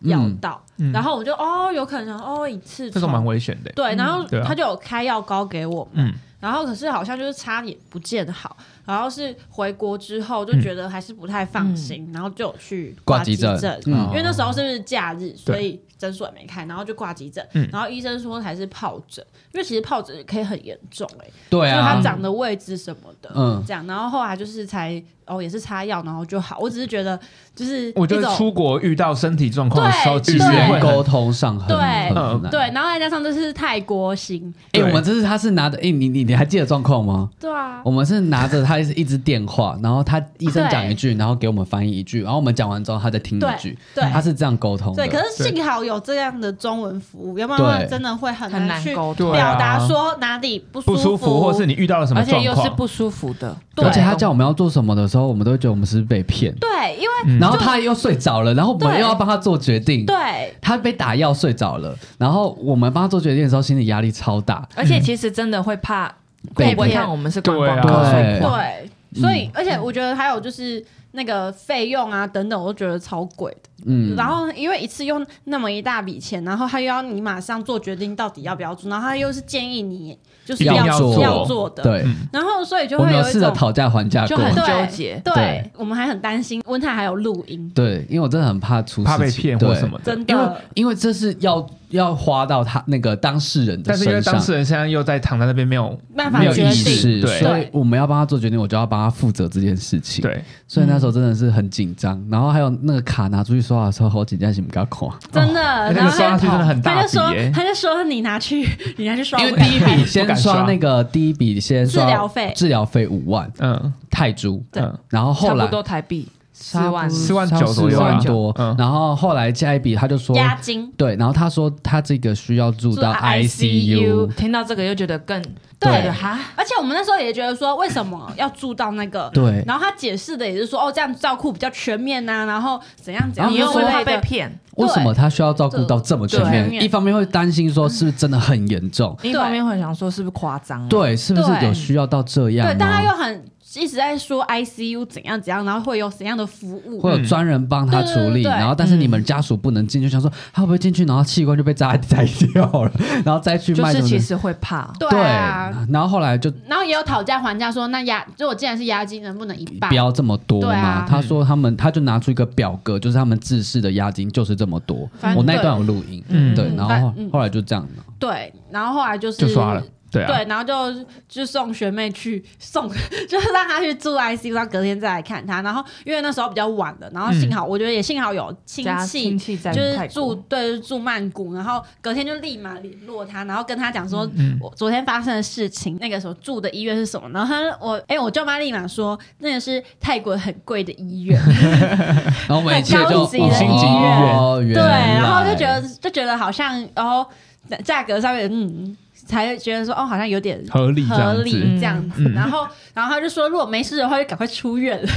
Speaker 4: 咬到，
Speaker 3: 嗯
Speaker 4: 然后我们就哦，有可能哦，隐翅
Speaker 3: 这种蛮
Speaker 4: 虫，
Speaker 3: 危险的。
Speaker 4: 对，然后
Speaker 3: 对啊
Speaker 4: 他就有开药膏给我们，
Speaker 3: 嗯，
Speaker 4: 然后可是好像就是差点不见好，然后是回国之后就觉得还是不太放心，然后就有去
Speaker 1: 挂
Speaker 4: 急
Speaker 1: 急诊，
Speaker 3: 嗯
Speaker 4: 因为那时候是假日，
Speaker 3: 对
Speaker 4: 所以诊所也没开，然后就挂急诊，
Speaker 3: 嗯
Speaker 4: 然后医生说还是疱疹，因为其实疱疹可以很严重哎、欸，
Speaker 1: 对
Speaker 4: 就是它
Speaker 1: 啊，
Speaker 4: 长的位置什么的，
Speaker 1: 嗯
Speaker 4: 这样，然后后来就是才哦也是擦药，然后就好。我只是觉得就是
Speaker 3: 我觉
Speaker 4: 一
Speaker 3: 得
Speaker 4: 种
Speaker 3: 出国遇到身体状况的时候，
Speaker 4: 对
Speaker 3: 其实
Speaker 4: 对
Speaker 3: 会
Speaker 1: 言
Speaker 3: 很
Speaker 1: 沟通上很
Speaker 4: 对
Speaker 1: 很难。
Speaker 4: 对，然后再加上这是泰国行，
Speaker 1: 哎，我们这次他是拿的，哎，你你你还记得状况吗？
Speaker 4: 对啊，
Speaker 1: 我们是拿着他是一支电话，然后他医生讲一句，然后给我们翻译一句，然后我们讲完之后他再听一句，
Speaker 4: 对对
Speaker 1: 他是这样沟通的
Speaker 4: 对，。可是幸好有这样的中文服务，要不
Speaker 1: 对
Speaker 4: 然真的会很
Speaker 2: 很难
Speaker 4: 去
Speaker 2: 沟
Speaker 1: 啊
Speaker 3: 通
Speaker 4: 表达说哪里不
Speaker 3: 不舒服，或是你遇到了什么
Speaker 2: 而且
Speaker 3: 状
Speaker 2: 又是
Speaker 3: 况，
Speaker 2: 不舒服的，
Speaker 4: 对
Speaker 1: 而且他叫我们要做什么的时候，我们都会觉得我们是不是被骗，
Speaker 4: 对，因为
Speaker 1: 然后他又睡着了，然后我们
Speaker 4: 嗯对
Speaker 1: 又要帮他做决定。
Speaker 4: 对
Speaker 1: 他被打药睡着了，然后我们帮他做决定的时候，心理压力超大。
Speaker 2: 而且其实真的会怕
Speaker 1: 被
Speaker 2: 会不会
Speaker 4: 骗
Speaker 2: 看我们是观
Speaker 3: 对啊
Speaker 2: 光客，所以
Speaker 1: 对
Speaker 4: 对，
Speaker 1: 嗯
Speaker 4: 所以而且我觉得还有就是那个费用啊等等，我都觉得超贵的。
Speaker 1: 嗯，
Speaker 4: 然后因为一次用那么一大笔钱，然后他又要你马上做决定到底要不要做，然后他又是建议你就是
Speaker 3: 一定要
Speaker 1: 做
Speaker 3: 做
Speaker 4: 要做的，嗯
Speaker 1: 对，
Speaker 4: 然后所以就
Speaker 1: 我
Speaker 4: 会
Speaker 1: 们有
Speaker 4: 有一
Speaker 1: 试着
Speaker 4: 种
Speaker 1: 讨价还价
Speaker 2: 就
Speaker 1: 过，
Speaker 2: 很
Speaker 4: 对
Speaker 2: 纠结
Speaker 4: 对
Speaker 1: 对，
Speaker 4: 我们还很担心温泰还有录音，
Speaker 1: 对，因为我真的很怕出事情
Speaker 3: 怕被骗或
Speaker 1: 对
Speaker 3: 什么的。
Speaker 4: 真
Speaker 1: 因为
Speaker 4: 的。
Speaker 1: 因为这是要要花到他那个当事人的
Speaker 3: 但是因为
Speaker 1: 身
Speaker 3: 当
Speaker 1: 上，
Speaker 3: 事人现在又在躺在那边没有，
Speaker 4: 办
Speaker 1: 没
Speaker 4: 法
Speaker 1: 有
Speaker 4: 决
Speaker 1: 意
Speaker 4: 定，
Speaker 1: 识，
Speaker 3: 对
Speaker 1: 所以我们要帮他做决定，我就要帮他负责这件事情。，
Speaker 3: 对，
Speaker 1: 所以那时候真的是很紧张，然后还有那个卡拿出去刷的时候，好紧张，是不要 看。
Speaker 4: 真的。
Speaker 1: 哦
Speaker 3: 而且
Speaker 4: 呃然后
Speaker 3: 刷
Speaker 4: 他
Speaker 3: 上去真的很
Speaker 4: 他
Speaker 3: 大
Speaker 4: 就
Speaker 3: 笔
Speaker 4: 说，
Speaker 3: 耶，
Speaker 4: 他就说你拿去， 你拿去刷
Speaker 1: 因
Speaker 4: 我
Speaker 1: 为
Speaker 4: 看看。
Speaker 1: 第一笔
Speaker 3: 不
Speaker 1: 先
Speaker 3: 敢
Speaker 1: 刷
Speaker 3: 刷
Speaker 1: 那个第一笔先刷
Speaker 4: 治疗费
Speaker 1: 治疗费五万
Speaker 3: 嗯
Speaker 1: 泰铢，
Speaker 3: 嗯，
Speaker 1: 然后
Speaker 2: 差
Speaker 1: 后
Speaker 2: 不
Speaker 1: 来
Speaker 2: 多台币四万
Speaker 1: 差不多
Speaker 3: 四万九
Speaker 1: 差不多
Speaker 3: 左右
Speaker 1: 四
Speaker 3: 啊
Speaker 1: 万多
Speaker 3: 嗯。
Speaker 1: 然后后来下一笔他就说，
Speaker 4: 押金。
Speaker 1: 对，然后他说他这个需要住到
Speaker 4: 住
Speaker 1: ICU，
Speaker 2: 听到这个又觉得更
Speaker 1: 对
Speaker 2: 就哈，
Speaker 4: 而且我们那时候也觉得说，为什么要住到那个？
Speaker 1: 对
Speaker 4: 然后他解释的也是说，哦，这样照顾比较全面呐、然后怎样怎
Speaker 1: 然
Speaker 4: 样
Speaker 1: 后
Speaker 2: 你又
Speaker 4: 之
Speaker 2: 会怕
Speaker 4: 类
Speaker 2: 被
Speaker 4: 的。
Speaker 2: 骗，
Speaker 1: 为什么他需要照顾到这么全
Speaker 4: 对
Speaker 1: 面？一方面会担心说是不是真的很严重，
Speaker 2: 一方面会想说是不是夸张，，啊
Speaker 1: 对，是不是
Speaker 4: 对
Speaker 1: 有需要到这样
Speaker 4: 对
Speaker 1: 吗？，
Speaker 4: 但他又很一直在说 ICU 怎样怎样，然后会有怎样的服务
Speaker 1: 会。有专人帮他处理，
Speaker 4: 嗯嗯对对对对
Speaker 1: 然后但是你们家属不能进，就想说他会不会进去，然后器官就被摘摘掉了， 然后再去
Speaker 2: 就
Speaker 1: 卖
Speaker 2: 是
Speaker 1: 什么
Speaker 2: 其
Speaker 1: 的。
Speaker 2: 实会怕，
Speaker 4: 对
Speaker 1: 对
Speaker 4: 啊，，
Speaker 1: 然后后来就
Speaker 4: 然后也有讨价还价说，那押就我既然是押金，能不能一半
Speaker 1: 不？要这么多
Speaker 4: 对
Speaker 1: 嘛
Speaker 4: 啊。
Speaker 1: 他说他们，他就拿出一个表格，就是他们自式的押金就是这么多
Speaker 4: 反。正
Speaker 1: 我那一段有录音，
Speaker 3: 嗯
Speaker 1: 对，
Speaker 4: 嗯
Speaker 1: 然
Speaker 4: 反
Speaker 1: 后
Speaker 4: 嗯
Speaker 1: 后来就这样了。
Speaker 4: 对，然后后来就是
Speaker 3: 就刷了，对啊，
Speaker 4: 对，然后就就送学妹去送， 就是让她去住 ICU，然后隔天再来看她。然后因为那时候比较晚了，然后幸好、我觉得也幸好有亲
Speaker 2: 加
Speaker 4: 戚
Speaker 2: 亲。戚在
Speaker 4: 就是
Speaker 2: 泰
Speaker 4: 住
Speaker 2: 国
Speaker 4: 对就是住曼谷，然后隔天就立马联络她，然后跟她讲说，
Speaker 3: 嗯
Speaker 4: 我昨天发生的事情，那个时候住的医院是什么？然后她我哎、我舅妈立马说那个是泰国很贵的医 院，
Speaker 1: 然后我们一切
Speaker 4: 很
Speaker 1: 就
Speaker 4: 高级的
Speaker 3: 医院
Speaker 1: 哦原
Speaker 4: 对，
Speaker 1: 来
Speaker 4: 然后就觉得就觉得好像哦价格上面嗯，才觉得说哦好像有点
Speaker 3: 合理这
Speaker 4: 合
Speaker 3: 样
Speaker 4: 理
Speaker 3: 子，
Speaker 4: 这样子。
Speaker 3: 嗯
Speaker 4: 然后，然后他就说，如果没事的话，就赶快出 院了。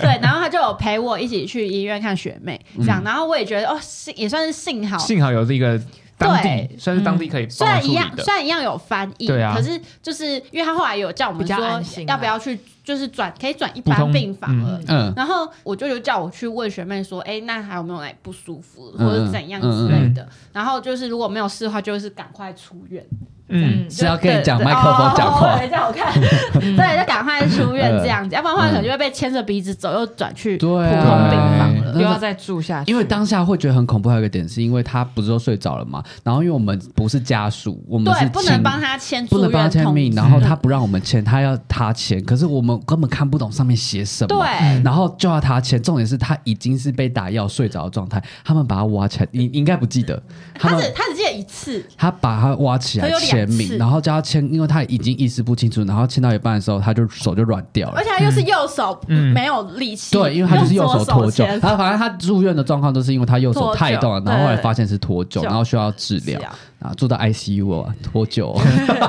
Speaker 4: 对，然后他就有陪我一起去医院看学妹，这样。然后我也觉得，哦，幸也算是幸好，
Speaker 3: 嗯幸好有这个当地
Speaker 4: 对嗯
Speaker 3: 算是当地可以
Speaker 4: 虽
Speaker 3: 帮忙
Speaker 4: 然
Speaker 3: 处
Speaker 4: 一样
Speaker 3: 理，的
Speaker 4: 虽，然一样有翻译，
Speaker 3: 对啊
Speaker 4: 可是就是因为他后来有叫我们
Speaker 2: 比较安
Speaker 4: 说
Speaker 2: 心啊
Speaker 4: 要不要去，就是转可以转一
Speaker 3: 普
Speaker 4: 般
Speaker 3: 通
Speaker 4: 病房了。
Speaker 1: 嗯，
Speaker 4: 然后我舅舅叫我去问学妹说，哎，那还有没有哪里不舒服，
Speaker 1: 嗯
Speaker 4: 或者怎样之类的。然后就是如果没有事的话，就是赶快出院。
Speaker 3: 嗯，
Speaker 1: 是要跟你讲麦克风讲
Speaker 4: 哦
Speaker 1: 话呃
Speaker 4: 我以为叫我看， 对，就赶快出院这样子，要不然的话可能就会被牵着鼻子走，又转去普通
Speaker 1: 嗯对
Speaker 4: 病
Speaker 1: 啊，
Speaker 4: 房
Speaker 1: 那
Speaker 4: 了。
Speaker 2: 又
Speaker 1: 个
Speaker 2: 要再住下去，
Speaker 1: 因为当下会觉得很恐怖，还有一个点是因为他不是都睡着了嘛，然后因为我们不是家属，我们是
Speaker 4: 对，不能
Speaker 1: 亲
Speaker 4: 帮他签
Speaker 1: 不
Speaker 4: 住
Speaker 1: 能帮他
Speaker 4: 院
Speaker 1: 签
Speaker 4: 通
Speaker 1: 名，
Speaker 4: 知
Speaker 1: 然后他不让我们签，他要他签，可是我们根本看不懂上面写什么，
Speaker 4: 对，
Speaker 1: 然后就要他签，重点是他已经是被打药睡着的状态，他们把他挖起来，你你应该不记得，他
Speaker 4: 他
Speaker 1: 们嗯
Speaker 4: 只他只记得一次，
Speaker 1: 他把他挖起来
Speaker 4: 他有两
Speaker 1: 签名，
Speaker 4: 次
Speaker 1: 然后叫他签，因为他已经意识不清楚，然后签到一半的时候他就手就软掉了
Speaker 4: 而。且他又是右手
Speaker 3: 嗯
Speaker 4: 没有力气，
Speaker 1: 对，因为他就是右手
Speaker 4: 手
Speaker 1: 脱臼
Speaker 4: 签，
Speaker 1: 他反正他住院的状况都是因为他右手
Speaker 4: 脱臼
Speaker 1: 太动了，然后后来发现是脱臼，
Speaker 4: 对
Speaker 1: 然后需要治疗
Speaker 4: 是啊
Speaker 1: 啊，住到 ICU 哦，脱 臼哦，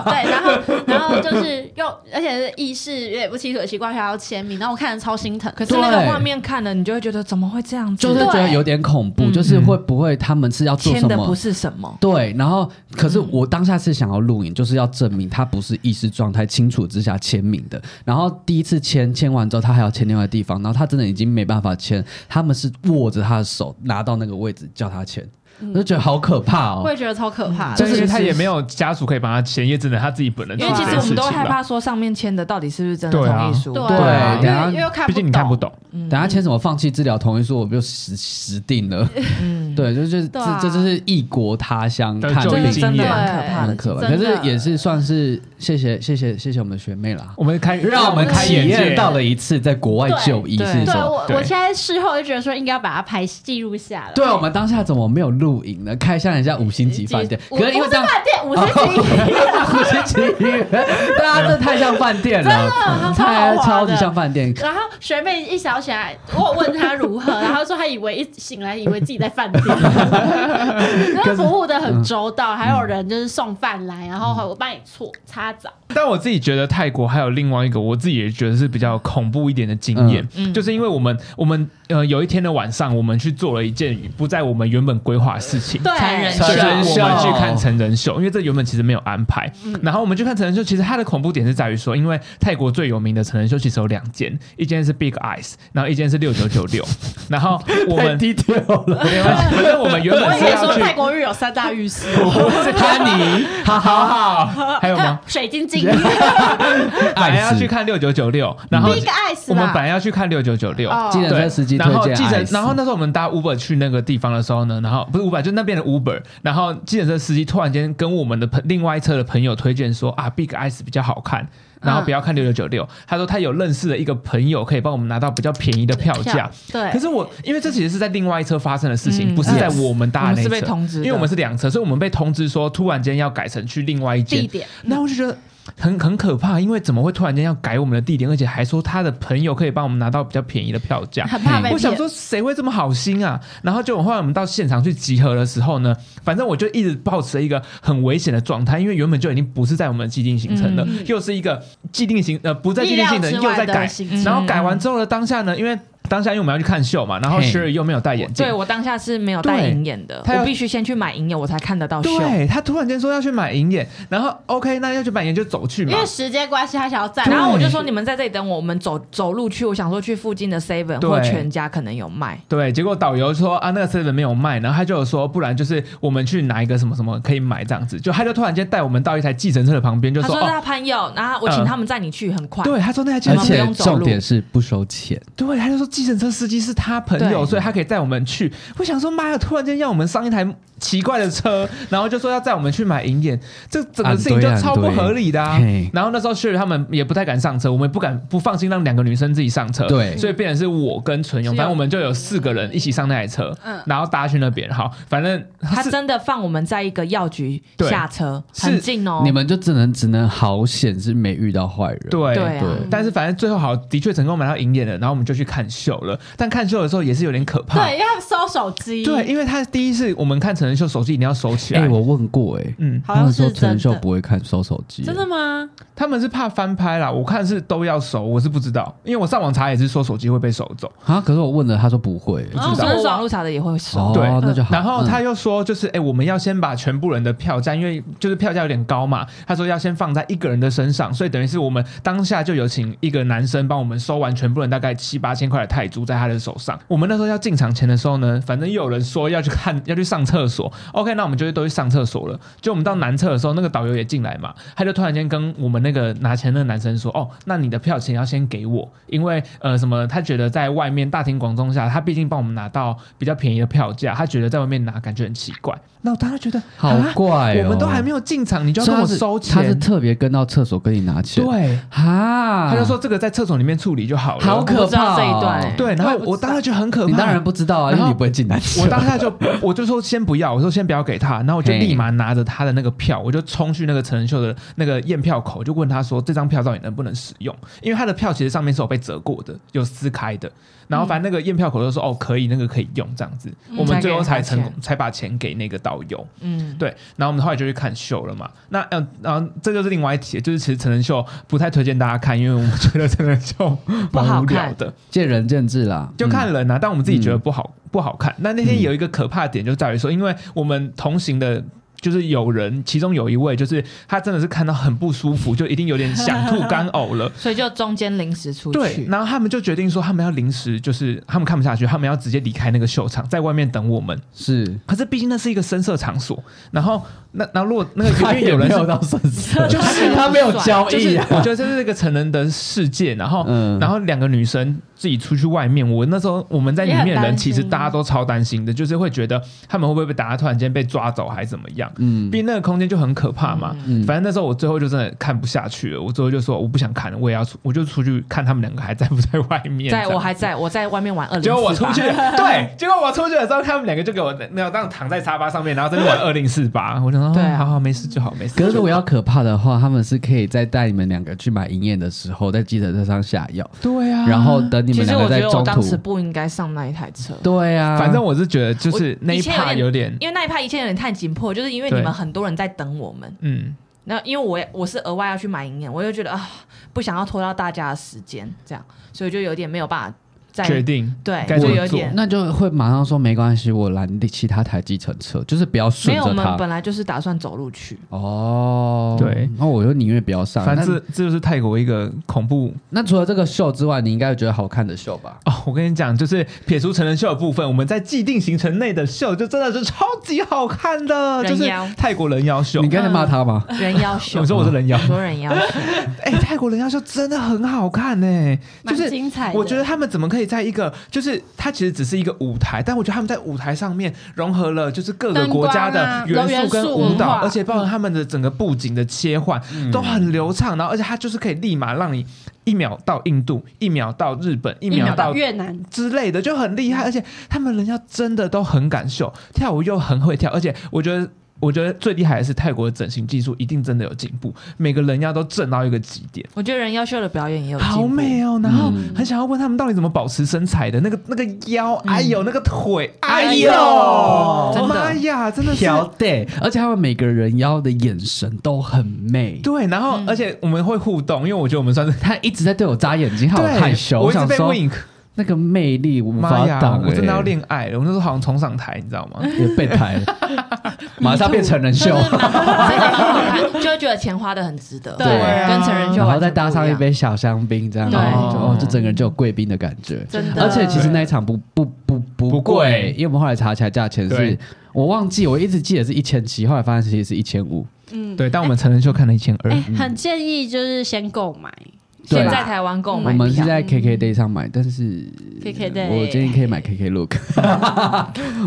Speaker 4: 对，然后然后就是又而且是意识有点不清楚的情况下要签名，然后我看着超心疼。
Speaker 2: 可是那个
Speaker 1: 对
Speaker 2: 画面看了，你就会觉得怎么会这样子？
Speaker 1: 就是觉得有点恐怖，
Speaker 4: 嗯
Speaker 2: 对
Speaker 1: 就是会不会他们是要做
Speaker 2: 签
Speaker 1: 什
Speaker 2: 的不
Speaker 1: 么？
Speaker 2: 是什么，
Speaker 1: 对，然后可
Speaker 4: 嗯
Speaker 1: 是我当下是想要录影，就是要证明他不是意识状态清楚之下签名的。然后第一次签签完之后，他还要签另外地方，然后他真的已经没办法签，他们是握着他的手拿到那个位置叫他签，
Speaker 4: 嗯
Speaker 1: 我就觉得好可怕哦
Speaker 4: 我。也觉得超可怕
Speaker 3: 就
Speaker 4: 的，
Speaker 3: 是他也没有家属可以帮他签，也只能他自己本人
Speaker 2: 因
Speaker 3: 做
Speaker 2: 为
Speaker 3: 这
Speaker 2: 其
Speaker 3: 件事
Speaker 2: 实
Speaker 3: 情吧。
Speaker 2: 我们都会害怕说上面签的到底是不是真的
Speaker 3: 对啊
Speaker 2: 同意书，
Speaker 4: 对
Speaker 1: 对
Speaker 4: 啊，因
Speaker 1: 等下
Speaker 4: 为因为又看
Speaker 3: 毕竟你看不懂，
Speaker 2: 嗯
Speaker 1: 等下签什么放弃治疗同意书，我不就实实定 了？
Speaker 2: 嗯，
Speaker 1: 对，就就是
Speaker 4: 对
Speaker 1: 这
Speaker 4: 啊
Speaker 1: 这就是异国他乡
Speaker 3: 对
Speaker 1: 看
Speaker 3: 就
Speaker 2: 这
Speaker 1: 病
Speaker 2: 个
Speaker 3: 已，经
Speaker 2: 真的
Speaker 4: 对
Speaker 2: 蛮可怕
Speaker 1: 很
Speaker 2: 的。
Speaker 1: 可怕。可
Speaker 4: 真的
Speaker 1: 是也是算是谢谢谢谢谢谢我们的学妹啦，
Speaker 3: 我们开
Speaker 1: 让我们
Speaker 3: 开
Speaker 1: 体
Speaker 3: 眼
Speaker 1: 验
Speaker 3: 界
Speaker 1: 到了一次在国外
Speaker 4: 对
Speaker 1: 就医是
Speaker 2: 对
Speaker 1: 什
Speaker 4: 对
Speaker 1: 么。
Speaker 4: 我
Speaker 3: 对
Speaker 4: 我现在事后就觉得说应该要把它拍记录下来。
Speaker 1: 对啊我们当下怎么没有录影呢？开箱一下五星级饭店，
Speaker 4: 五
Speaker 1: 可是因为
Speaker 4: 不
Speaker 1: 这
Speaker 4: 是
Speaker 1: 样
Speaker 4: 饭店，五星
Speaker 3: 哦
Speaker 4: 级
Speaker 1: 五星 级，大家这太像饭店了，
Speaker 4: 的超
Speaker 1: 太
Speaker 4: 豪华
Speaker 1: 超级
Speaker 4: 的
Speaker 1: 像饭店。
Speaker 4: 然后学妹一想起来，我有问她如何，然后说她以为一醒来以为自己在饭店，然后服务的
Speaker 3: 嗯
Speaker 4: 很周到，还有人就是送饭来，然后我帮你搓擦澡。
Speaker 3: 但我自己觉得泰国还有另外一个，我自己也觉得是比较恐怖一点的经验，
Speaker 2: 嗯嗯
Speaker 3: 就是因为我们我们呃有一天的晚上，我们去做了一件不在我们原本规划的事情。
Speaker 4: 对，
Speaker 2: 残忍
Speaker 3: 就是
Speaker 1: 成人秀
Speaker 3: 我们去看成人秀，因为这原本其实没有安排。
Speaker 2: 嗯
Speaker 3: 然后我们去看成人秀，其实它的恐怖点是在于说，因为泰国最有名的成人秀其实有两间，一间是 Big Eyes，然后一间是六九九六。然后我
Speaker 1: 太
Speaker 3: 们
Speaker 1: 低调了，
Speaker 3: 没关系，反正我们原
Speaker 4: 我
Speaker 3: 本
Speaker 4: 以
Speaker 3: 是
Speaker 4: 为
Speaker 3: 要
Speaker 4: 说
Speaker 3: 去
Speaker 4: 泰国浴有三大浴室，
Speaker 1: 哈尼，哈哈哈，
Speaker 3: 好，还有吗？
Speaker 4: 呃水 晶镜、
Speaker 3: 本来要去看六九九六，然后
Speaker 4: Big Eyes
Speaker 3: 我们本
Speaker 4: 吧。
Speaker 3: 来要去看六九九六，
Speaker 4: 哦
Speaker 1: 计程车
Speaker 3: 对，
Speaker 1: 司机推
Speaker 3: 然后
Speaker 1: 荐
Speaker 3: 计程
Speaker 1: ICE，
Speaker 3: 然后那时候我们搭 Uber 去那个地方的时候呢，然后不是 Uber，就那边的 Uber，然后计程车司机突然间跟我们的朋另外一侧的朋友推荐说啊，Big Eyes 比较好看。
Speaker 2: 嗯
Speaker 3: 然后不要看六九九六，他说他有认识的一个朋友可以帮我们拿到比较便宜的票价。
Speaker 4: 对
Speaker 3: 可，是我因为这其实是在另外一车发生的事情，
Speaker 2: 嗯
Speaker 3: 不是在我们搭
Speaker 2: 我
Speaker 3: 的那
Speaker 2: 们
Speaker 3: 一车，
Speaker 2: 是被通知的
Speaker 3: 因为我们是两车，所以我们被通知说突然间要改成去另外一间
Speaker 4: 地。点
Speaker 3: 那我就觉得很很可怕，因为怎么会突然间要改我们的地点，而且还说他的朋友可以帮我们拿到比较便宜的票价，
Speaker 4: 很怕被
Speaker 3: 我想
Speaker 4: 骗。
Speaker 3: 说谁会这么好心啊？然后就后来我们到现场去集合的时候呢，反正我就一直保持一个很危险的状态，因为原本就已经不是在我们既定行程了，
Speaker 4: 嗯嗯
Speaker 3: 又是一个既定行呃不在既定行程
Speaker 4: 意料之
Speaker 3: 又
Speaker 4: 外
Speaker 3: 在
Speaker 4: 的
Speaker 3: 改
Speaker 4: 行，
Speaker 2: 程
Speaker 3: 然后改完之后呢，当下呢，因为当下因为我们要去看秀嘛，然后
Speaker 1: 嘿
Speaker 3: Sherry 又没有戴眼镜
Speaker 2: 对。我当下是没有戴银眼的，
Speaker 3: 对他要
Speaker 2: 我必须先去买银眼，我才看得到秀。
Speaker 3: 对他突然间说要去买银眼，然后 OK，那要去买银眼就走去嘛
Speaker 4: 因为。时间关系，他想要再。
Speaker 2: 然后我就说你们在这里等我，我们走走路去。我想说去附近的 Seven
Speaker 3: 对
Speaker 2: 或全家可能有卖。
Speaker 3: 对，结果导游说啊，那个 seven 没有卖，然后他就有说，不然就是我们去拿一个什么什么可以买这样子，就他就突然间带我们到一台计程车的旁边，就
Speaker 2: 他
Speaker 3: 说
Speaker 2: 说
Speaker 3: 哦，
Speaker 2: 他朋友，然后我请
Speaker 3: 嗯
Speaker 2: 他们载你去，很快。
Speaker 3: 对，他说那台计
Speaker 1: 而
Speaker 3: 程车
Speaker 2: 我
Speaker 1: 且
Speaker 2: 们不用走路
Speaker 1: 重点是不收钱，
Speaker 3: 对，他就说计程车司机是他朋友，
Speaker 2: 对
Speaker 3: 所以他可以载我们去。我想说，妈呀，突然间要我们上一台奇怪的车，然后就说要载我们去买银眼，这整个事情就超不合理的、啊
Speaker 1: 啊对啊对。
Speaker 3: 然后那时候 Sherry 他们也不太敢上车，我们也不敢不放心让两个女生自己上车，
Speaker 1: 对
Speaker 3: 所以变成是我跟纯勇，
Speaker 2: 只有
Speaker 3: 反正我们就有四个人一起上那台车，
Speaker 4: 嗯
Speaker 3: 然后搭去那边。好，反正
Speaker 2: 他
Speaker 3: 是
Speaker 2: 真的放我们在一个药局
Speaker 3: 对
Speaker 2: 下车，
Speaker 3: 是
Speaker 2: 很近哦。
Speaker 1: 你们就只能只能好险是没遇到坏人。
Speaker 3: 对
Speaker 2: 对啊，
Speaker 3: 但是反正最后好，的确成功买到银眼了，然后我们就去看秀了。但看秀的时候也是有点可怕，
Speaker 4: 对，因为他们收手机，
Speaker 3: 对，，因为他第一是我们看成人秀，手机一定要收起
Speaker 1: 哎、
Speaker 3: 来。
Speaker 1: 我问过哎、
Speaker 3: 嗯，
Speaker 4: 好
Speaker 1: 他
Speaker 4: 像
Speaker 1: 们说
Speaker 4: 是
Speaker 1: 陈
Speaker 4: 真
Speaker 1: 秀
Speaker 4: 的。
Speaker 1: 不会看收手机、
Speaker 4: 真的吗？
Speaker 3: 他们是怕翻拍啦，我看是都要收，我是不知道，因为我上网查也是说手机会被收走。
Speaker 1: 啊？可是我问了，他说不会、
Speaker 3: 知道
Speaker 2: 我们网络查的也会收
Speaker 1: 哦，
Speaker 3: 啊对
Speaker 1: 那就好。
Speaker 3: 然后
Speaker 1: 嗯
Speaker 3: 他又说，就是哎、我们要先把全部人的票价，因为就是票价有点高嘛，他说要先放在一个人的身上，所以等于是我们当下就有请一个男生帮我们收完全部人大概七八千块的泰铢在他的手上。我们那时候要进场前的时候呢，反正又有人说要去看要去上厕所，OK，那我们就都去上厕所了。就我们到
Speaker 1: 嗯
Speaker 3: 男厕的时候，那个导游也进来嘛，他就突然间跟我们那个拿钱的男生说：“哦，那你的票钱要先给我，因为呃什么，他觉得在外面大庭广众下，他毕竟帮我们拿到比较便宜的票价，他觉得在外面拿感觉很奇怪。”那我当时觉得
Speaker 1: 好
Speaker 3: 啊
Speaker 1: 怪、哦，
Speaker 3: 我们都还没有进场，你就要跟我收
Speaker 1: 所以他是他是
Speaker 3: 钱？
Speaker 1: 特别跟到厕所跟你拿钱，
Speaker 3: 对，
Speaker 1: 哈，
Speaker 3: 他就说这个在厕所里面处理就好了。
Speaker 1: 啊好可
Speaker 2: 我不知
Speaker 1: 怕、哦、
Speaker 2: 道这一段
Speaker 3: 对，然后我当时觉得很可怕，
Speaker 1: 你当然不知道啊，因
Speaker 3: 然
Speaker 1: 为
Speaker 3: 后
Speaker 1: 你不会进来。
Speaker 3: 我当下就，我就说先不要，我说先不要给他，然后我就
Speaker 1: 嘿
Speaker 3: 立马拿着他的那个票，我就冲去那个陈秀的那个验票口，就问他说这张票到底能不能使用？因为他的票其实上面是有被折过的，有撕开的。然后反正那个验票口就说哦可以，那个可以用这样子，我们最后才成功才把钱给那个导游。
Speaker 2: 嗯，
Speaker 3: 对，然后我们后来就去看秀了嘛。那嗯、呃，然后这就是另外一题，就是其实成人秀不太推荐大家看，因为我们觉得成人秀
Speaker 2: 不好
Speaker 3: 蛮无聊
Speaker 2: 看
Speaker 3: 的。
Speaker 1: 见仁见智啦，
Speaker 3: 就看
Speaker 1: 嗯
Speaker 3: 人啊，但我们自己觉得不好、不好看。那那天有一个可怕的点就在于说，因为我们同行的。就是有人，其中有一位，就是他真的是看到很不舒服，就一定有点想吐干呕 了。
Speaker 2: 所以就中间临时出
Speaker 3: 对，
Speaker 2: 去。
Speaker 3: 然后他们就决定说，他们要临时，就是他们看不下去，他们要直接离开那个秀场，在外面等我们。
Speaker 1: 是，
Speaker 3: 可是毕竟那是一个深色场所，然后那那如果那个
Speaker 1: 他
Speaker 3: 因为
Speaker 1: 也
Speaker 3: 有人
Speaker 1: 没
Speaker 3: 是
Speaker 1: 有到深 色，
Speaker 2: 就是
Speaker 1: 他没有交
Speaker 3: 就
Speaker 1: 易
Speaker 3: 是
Speaker 1: 啊。
Speaker 3: 我觉得这是一个成人的世界，然后、
Speaker 1: 嗯
Speaker 3: 然后两个女生自己出去外面，我那时候我们在里面
Speaker 4: 也
Speaker 3: 的
Speaker 4: 很
Speaker 3: 人
Speaker 4: 担
Speaker 3: 其
Speaker 4: 心
Speaker 3: 实大家都超担心的，就是会觉得他们会不会被大家突然间被抓走还是怎么样，
Speaker 1: 嗯
Speaker 3: 毕竟那个空间就很可怕嘛。
Speaker 1: 嗯
Speaker 3: 反正那时候我最后就真的看不下去了，我最后就说我不想看了，我也要出，我就出去看他们两个还在不在外面。
Speaker 2: 在
Speaker 3: 这
Speaker 2: 我
Speaker 3: 样
Speaker 2: 还在我在外面玩二零，
Speaker 3: 结果我出去，对，结果我出去的时候，他们两个就给我那那当躺在沙发上面，然后在那玩二零四八，我想说，哦
Speaker 2: 对啊
Speaker 3: 好好没事就好，没事就
Speaker 1: 可
Speaker 3: 好。
Speaker 1: 是如果要可怕的话，他们是可以在带你们两个去买银眼的时候，在计程车上下药，
Speaker 3: 对啊，
Speaker 1: 然后等你
Speaker 2: 其
Speaker 1: 们
Speaker 2: 实
Speaker 1: 两
Speaker 2: 我
Speaker 1: 个在
Speaker 2: 觉得我
Speaker 1: 中
Speaker 2: 当时
Speaker 1: 途。
Speaker 2: 不应该上那一台车，
Speaker 1: 对啊，
Speaker 3: 反正我是觉得就是
Speaker 2: 呃我
Speaker 3: 那一
Speaker 2: 以前
Speaker 3: 趴有
Speaker 2: 有
Speaker 3: 点，
Speaker 2: 因为那一派一切有点太紧迫，就是因为你
Speaker 3: 对
Speaker 2: 们很多人在等我们。
Speaker 3: 嗯，
Speaker 2: 那因为我也我是额外要去买营养，我就觉得啊，不想要拖到大家的时间，这样，所以就有点没有办法再
Speaker 3: 决定
Speaker 2: 对
Speaker 3: 该，怎
Speaker 2: 就
Speaker 3: 么
Speaker 2: 有
Speaker 3: 做
Speaker 2: 点
Speaker 1: 那就会马上说没关系，我拦其他台计程车，就是不要
Speaker 2: 没
Speaker 1: 顺
Speaker 2: 有。我
Speaker 1: 着
Speaker 2: 们
Speaker 1: 他。
Speaker 2: 本来就是打算走路去，
Speaker 1: 哦，
Speaker 3: 对，
Speaker 1: 那我就宁愿不要上。
Speaker 3: 反正这这就是泰国一个恐怖
Speaker 1: 那那除了这个秀之外，你应该觉得好看的秀吧？
Speaker 3: 哦。我跟你讲，就是撇除成人秀的部分，我们在既定行程内的秀就真的是超级好看的，就
Speaker 2: 人
Speaker 3: 是
Speaker 2: 妖
Speaker 3: 泰国人妖秀
Speaker 1: 你。刚才骂他
Speaker 3: 啊
Speaker 1: 吗？
Speaker 2: 人妖 秀嗯
Speaker 3: 我，说我是人妖，
Speaker 2: 说人妖秀，
Speaker 3: 哎、泰国人妖秀真的很好看呢、就
Speaker 4: 蛮
Speaker 3: 是。
Speaker 4: 精彩的。
Speaker 3: 我觉得他们怎么可以在一个，就是它其实只是一个舞台，但我觉得他们在舞台上面融合了就是各个国家
Speaker 4: 灯光
Speaker 3: 的
Speaker 4: 啊
Speaker 3: 元素跟
Speaker 4: 元素
Speaker 3: 舞
Speaker 4: 文
Speaker 3: 蹈，
Speaker 4: 化嗯
Speaker 3: 而且包括他们的整个布景的切换，都很流畅，然后而且它就是可以立马让你一秒到印度，一秒到日本，一
Speaker 4: 一
Speaker 3: 秒
Speaker 4: 秒
Speaker 3: 到
Speaker 4: 到越南，嗯
Speaker 3: 之类的，就很厉害。而且他们人家真的都很敢秀，跳舞又很会跳，而且我觉得。我觉得最厉害的是泰国的整形技术一定真的有进步，每个人要都正到一个极点，
Speaker 2: 我觉得人妖秀的表演也有进步
Speaker 3: 好
Speaker 1: 啊
Speaker 3: 美哦。然后
Speaker 1: 嗯
Speaker 3: 很想要问他们到底怎么保持身材的，那个那个腰，哎呦，那个腿，哎呦，
Speaker 2: 真的
Speaker 3: 妈呀，真的是
Speaker 1: 挑对，而且他们每个人妖的眼神都很媚，
Speaker 3: 对。然
Speaker 1: 嗯
Speaker 3: 后而且我们会互动，因为我觉得我们算是
Speaker 1: 他一直在对我眨眼睛，害我
Speaker 3: 对
Speaker 1: 害羞。
Speaker 3: 我一直
Speaker 1: 想
Speaker 3: 被
Speaker 1: 说
Speaker 3: wink，
Speaker 1: 那个魅力无
Speaker 3: 妈
Speaker 1: 法
Speaker 3: 呀
Speaker 1: 挡、，欸，嗯
Speaker 3: 我真的要恋爱了。我那时候好像冲上台，你知道吗？
Speaker 1: 也被抬了， 马上变成人秀，
Speaker 2: 真的很好看，就会觉得钱花的很值得。
Speaker 4: 对
Speaker 3: 啊
Speaker 2: 跟成人秀
Speaker 1: 然后
Speaker 2: 完全
Speaker 1: 再搭上
Speaker 2: 不
Speaker 1: 一
Speaker 2: 样，
Speaker 1: 杯小香槟，这样，
Speaker 4: 对
Speaker 1: 然后就哦，就整个人就有贵宾的感觉。
Speaker 4: 真的，
Speaker 1: 而且其实那一场不不不不
Speaker 3: 不贵
Speaker 1: 贵，因为我们后来查起来价钱是
Speaker 3: 对，
Speaker 1: 我忘记，我一直记得是一千七，后来发现其实是一千五。
Speaker 4: 嗯，
Speaker 3: 对，但我们成人秀看了一千二
Speaker 4: 哎，，很建议就是先购买，
Speaker 1: 对
Speaker 2: 先
Speaker 1: 啦
Speaker 2: 在台湾购
Speaker 1: 我
Speaker 2: 买
Speaker 1: 们是
Speaker 2: 票。
Speaker 1: 在 KK Day 上买，但是
Speaker 4: KKday
Speaker 1: 我建议可以买 KK Look，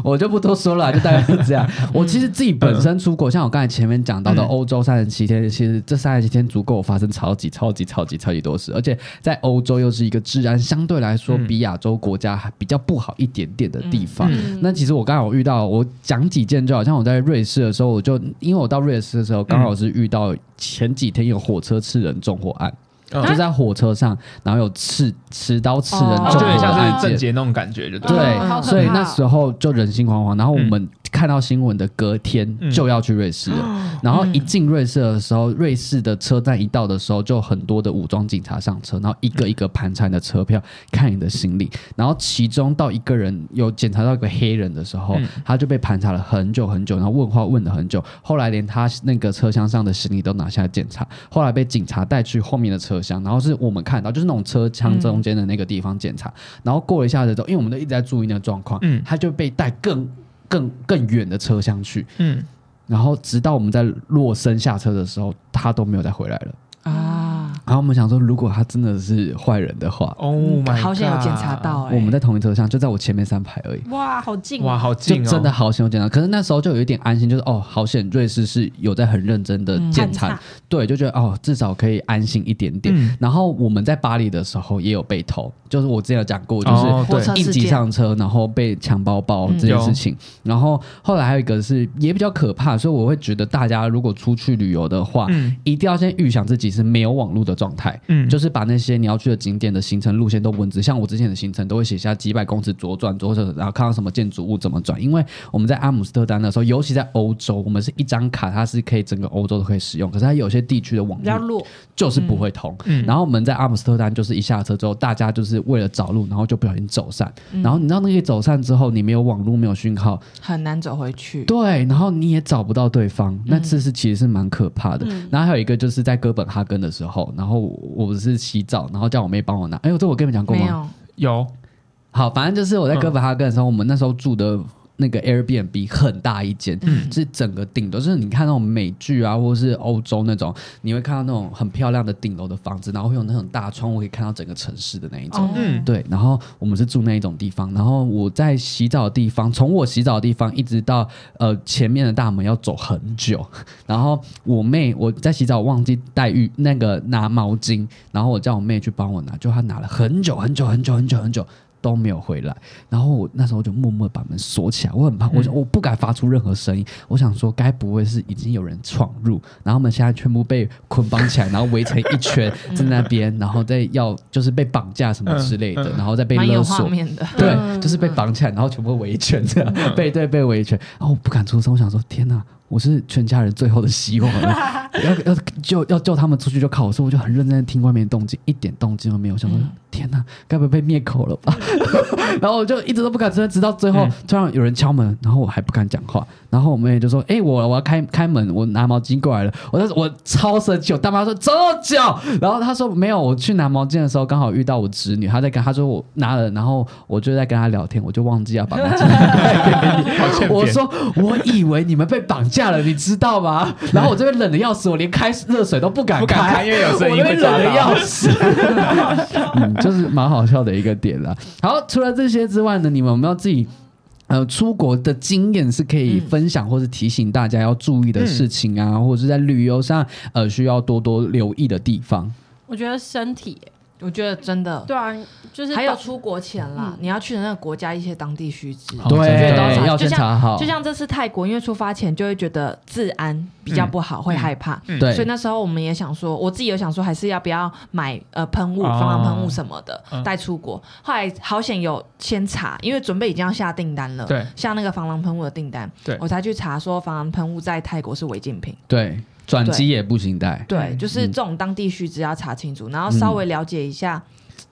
Speaker 1: 我就不多说了，就大概是这样。我其实自己本身出国，像我刚才前面讲到的
Speaker 3: 嗯
Speaker 1: 欧洲三十七天，其实这三十七天足够我发生超级超级超级超级多事，而且在欧洲又是一个治安相对来说
Speaker 3: 嗯
Speaker 1: 比亚洲国家还比较不好一点点的地方。
Speaker 3: 嗯
Speaker 1: 那其实我刚好遇到，我讲几件就好像我在瑞士的时候，我就因为我到瑞士的时候，刚好是遇到前几天有火车刺人纵火案，
Speaker 3: 嗯
Speaker 1: 就在火车上，然后有刺持刀刺人
Speaker 2: 哦
Speaker 3: 就
Speaker 1: 纵
Speaker 3: 有
Speaker 1: 火
Speaker 3: 点像
Speaker 1: 案
Speaker 3: 是
Speaker 1: 件
Speaker 3: 郑。杰那种感觉，就对
Speaker 1: 啊
Speaker 3: 了。
Speaker 1: 对，
Speaker 4: 哦好可怕
Speaker 1: 所以那时候就人心惶惶。然后我们看到新闻的隔天
Speaker 3: 嗯
Speaker 1: 就要去瑞士了，然后一进瑞士的时候，瑞士的车站一到的时候，就很多的武装警察上车，然后一个一个盘查你的车票，看你的行李。然后其中到一个人有检查到一个黑人的时候，
Speaker 3: 嗯
Speaker 1: 他就被盘查了很久很久，然后问话问了很久，后来连他那个车厢上的行李都拿下来检查，后来被警察带去后面的车厢，然后是我们看到就是那种车厢中间的那个地方检查，然后过了一下子之后，因为我们都一直在注意那个状况，
Speaker 3: 嗯
Speaker 1: 他就被带更更更远的车厢去，
Speaker 3: 嗯
Speaker 1: 然后直到我们在洛森下车的时候，他都没有再回来了。
Speaker 2: 啊，
Speaker 1: 然后我们想说，如果他真的是坏人的话，
Speaker 3: ，Oh my，
Speaker 2: 好险有
Speaker 3: God
Speaker 2: 检查。到哎，
Speaker 1: 我们在同一车厢，就在我前面三排而已。
Speaker 4: 哇，好近
Speaker 3: 哇，
Speaker 4: 哦，
Speaker 3: 好
Speaker 1: 就
Speaker 3: 近哦！
Speaker 1: 真的好险有检查，可是那时候就有一点安心，就是哦，好险瑞士是有在很认真的检查，
Speaker 4: 嗯
Speaker 1: 对，就觉得哦，至少可以安心一点点。
Speaker 3: 嗯
Speaker 1: 然后我们在巴黎的时候也有被偷，就是我之前有讲过，就是、
Speaker 3: 哦对
Speaker 2: 火车啊
Speaker 1: 应
Speaker 2: 事
Speaker 1: 急
Speaker 2: 件，
Speaker 1: 上车，然后被抢包包
Speaker 2: 嗯
Speaker 1: 这件事情。然后后来还有一个是也比较可怕，所以我会觉得大家如果出去旅游的话，
Speaker 3: 嗯
Speaker 1: 一定要先预想自己是没有网络的状态。
Speaker 3: 嗯
Speaker 1: 就是把那些你要去的景点的行程路线都文字，像我之前的行程都会写下几百公尺左转左转，然后看到什么建筑物怎么转。因为我们在阿姆斯特丹的时候，尤其在欧洲，我们是一张卡，它是可以整个欧洲都可以使用，可是它有些地区的网
Speaker 4: 比较
Speaker 1: 络
Speaker 4: 弱，
Speaker 1: 就是不会通。
Speaker 3: 嗯
Speaker 1: 然后我们在阿姆斯特丹就是一下车之后，大家就是为了找路，然后就不小心走散。
Speaker 3: 嗯
Speaker 1: 然后你知道那个走散之后，你没有网络，没有讯号，
Speaker 2: 很难走回去。
Speaker 1: 对，然后你也找不到对方，
Speaker 2: 嗯
Speaker 1: 那这是其实是蛮可怕的。然后还有一个就是在哥本哈根的时候，然后我我是洗澡，然后叫我妹帮我拿。哎呦，这我跟你们讲过
Speaker 2: 没
Speaker 1: 吗？
Speaker 2: 有，
Speaker 3: 有
Speaker 1: 好，反正就是我在哥本哈根的时候，我们那时候住的。那
Speaker 2: 嗯
Speaker 1: 个 Airbnb 很大一间，是整个顶楼，就是你看那种美剧啊，或者是欧洲那种，你会看到那种很漂亮的顶楼的房子，然后会有那种大窗户可以看到整个城市的那一种。
Speaker 3: 嗯
Speaker 1: 对，然后我们是住那一种地方，然后我在洗澡的地方，从我洗澡的地方一直到呃前面的大门要走很久，然后我妹我在洗澡忘记带浴那个拿毛巾，然后我叫我妹去帮我拿，就她拿了很久很久很久很久很久都没有回来，然后我那时候就默默把门锁起来，我很怕，我就我不敢发出任何声
Speaker 3: 嗯
Speaker 1: 音，我想说该不会是已经有人闯入，然后我们现在全部被捆绑起来，然后围成一 圈在那边，然后再要就是被绑架什么之类的，
Speaker 3: 嗯嗯嗯
Speaker 1: 然后再被
Speaker 2: 蛮
Speaker 1: 勒
Speaker 2: 有画
Speaker 1: 索，
Speaker 2: 面的。
Speaker 1: 对，就是被绑起来，然后全部围一圈这样，背对背围一圈，然后我不敢出声，我想说天哪，我是全家人最后的希望了，要要救要救他们出去就靠我，所以我就很认真地听外面的动静，一点动静都没有，我想说
Speaker 3: 嗯
Speaker 1: 天哪，该不会被灭口了吧？ 然后我就一直都不敢出声，直到最后
Speaker 3: 嗯
Speaker 1: 突然有人敲门，然后我还不敢讲话，然后我妹就说：“哎、我我要开开门，我拿毛巾过来了。”我那我超生气，我大妈说：“走脚！”然后她说：“没有，我去拿毛巾的时候刚好遇到我侄女，她在跟她说我拿了，然后我就在跟她聊天，我就忘记要把毛 巾
Speaker 3: 好欠扁
Speaker 1: 我说我以为你们被绑架了，你知道吗？然后我这边冷的要死，我连开热水都不敢
Speaker 3: 不敢开因为 有声
Speaker 1: 我
Speaker 3: 音
Speaker 1: 这边
Speaker 3: 会抓
Speaker 1: 冷的
Speaker 3: 到
Speaker 1: 要死。 嗯，就是蛮好笑的一个点啦。好，除了这些之外呢，你们有没有自己？呃，出国的经验是可以分享或是提醒大家要注意的事情啊，或者是在旅游上呃需要多多留意的地方。
Speaker 4: 我觉得身体
Speaker 2: 我觉得真的。
Speaker 4: 对啊，就是
Speaker 2: 还有嗯
Speaker 4: 到
Speaker 2: 出国前啦，你要去的那个国家一些当地须知，
Speaker 1: 哦
Speaker 3: 好对
Speaker 2: 觉得都
Speaker 1: 要先
Speaker 2: 就像
Speaker 1: 查好
Speaker 2: 就像这次泰国，因为出发前就会觉得治安比较不好，会害怕，
Speaker 3: 嗯
Speaker 1: 对
Speaker 2: 所以那时候我们也想说，我自己有想说，还是要不要买呃喷雾、防狼喷雾什么的
Speaker 3: 嗯
Speaker 2: 带出国。后来好险有先查，因为准备已经要下订单了，
Speaker 3: 对，
Speaker 2: 下那个防狼喷雾的订单，
Speaker 3: 对
Speaker 2: 我才去查说防狼喷雾在泰国是违禁品。
Speaker 1: 对转机也不行带，
Speaker 2: 对，
Speaker 3: 嗯
Speaker 2: 就是这种当地须知要查清楚，然后稍微了解一下，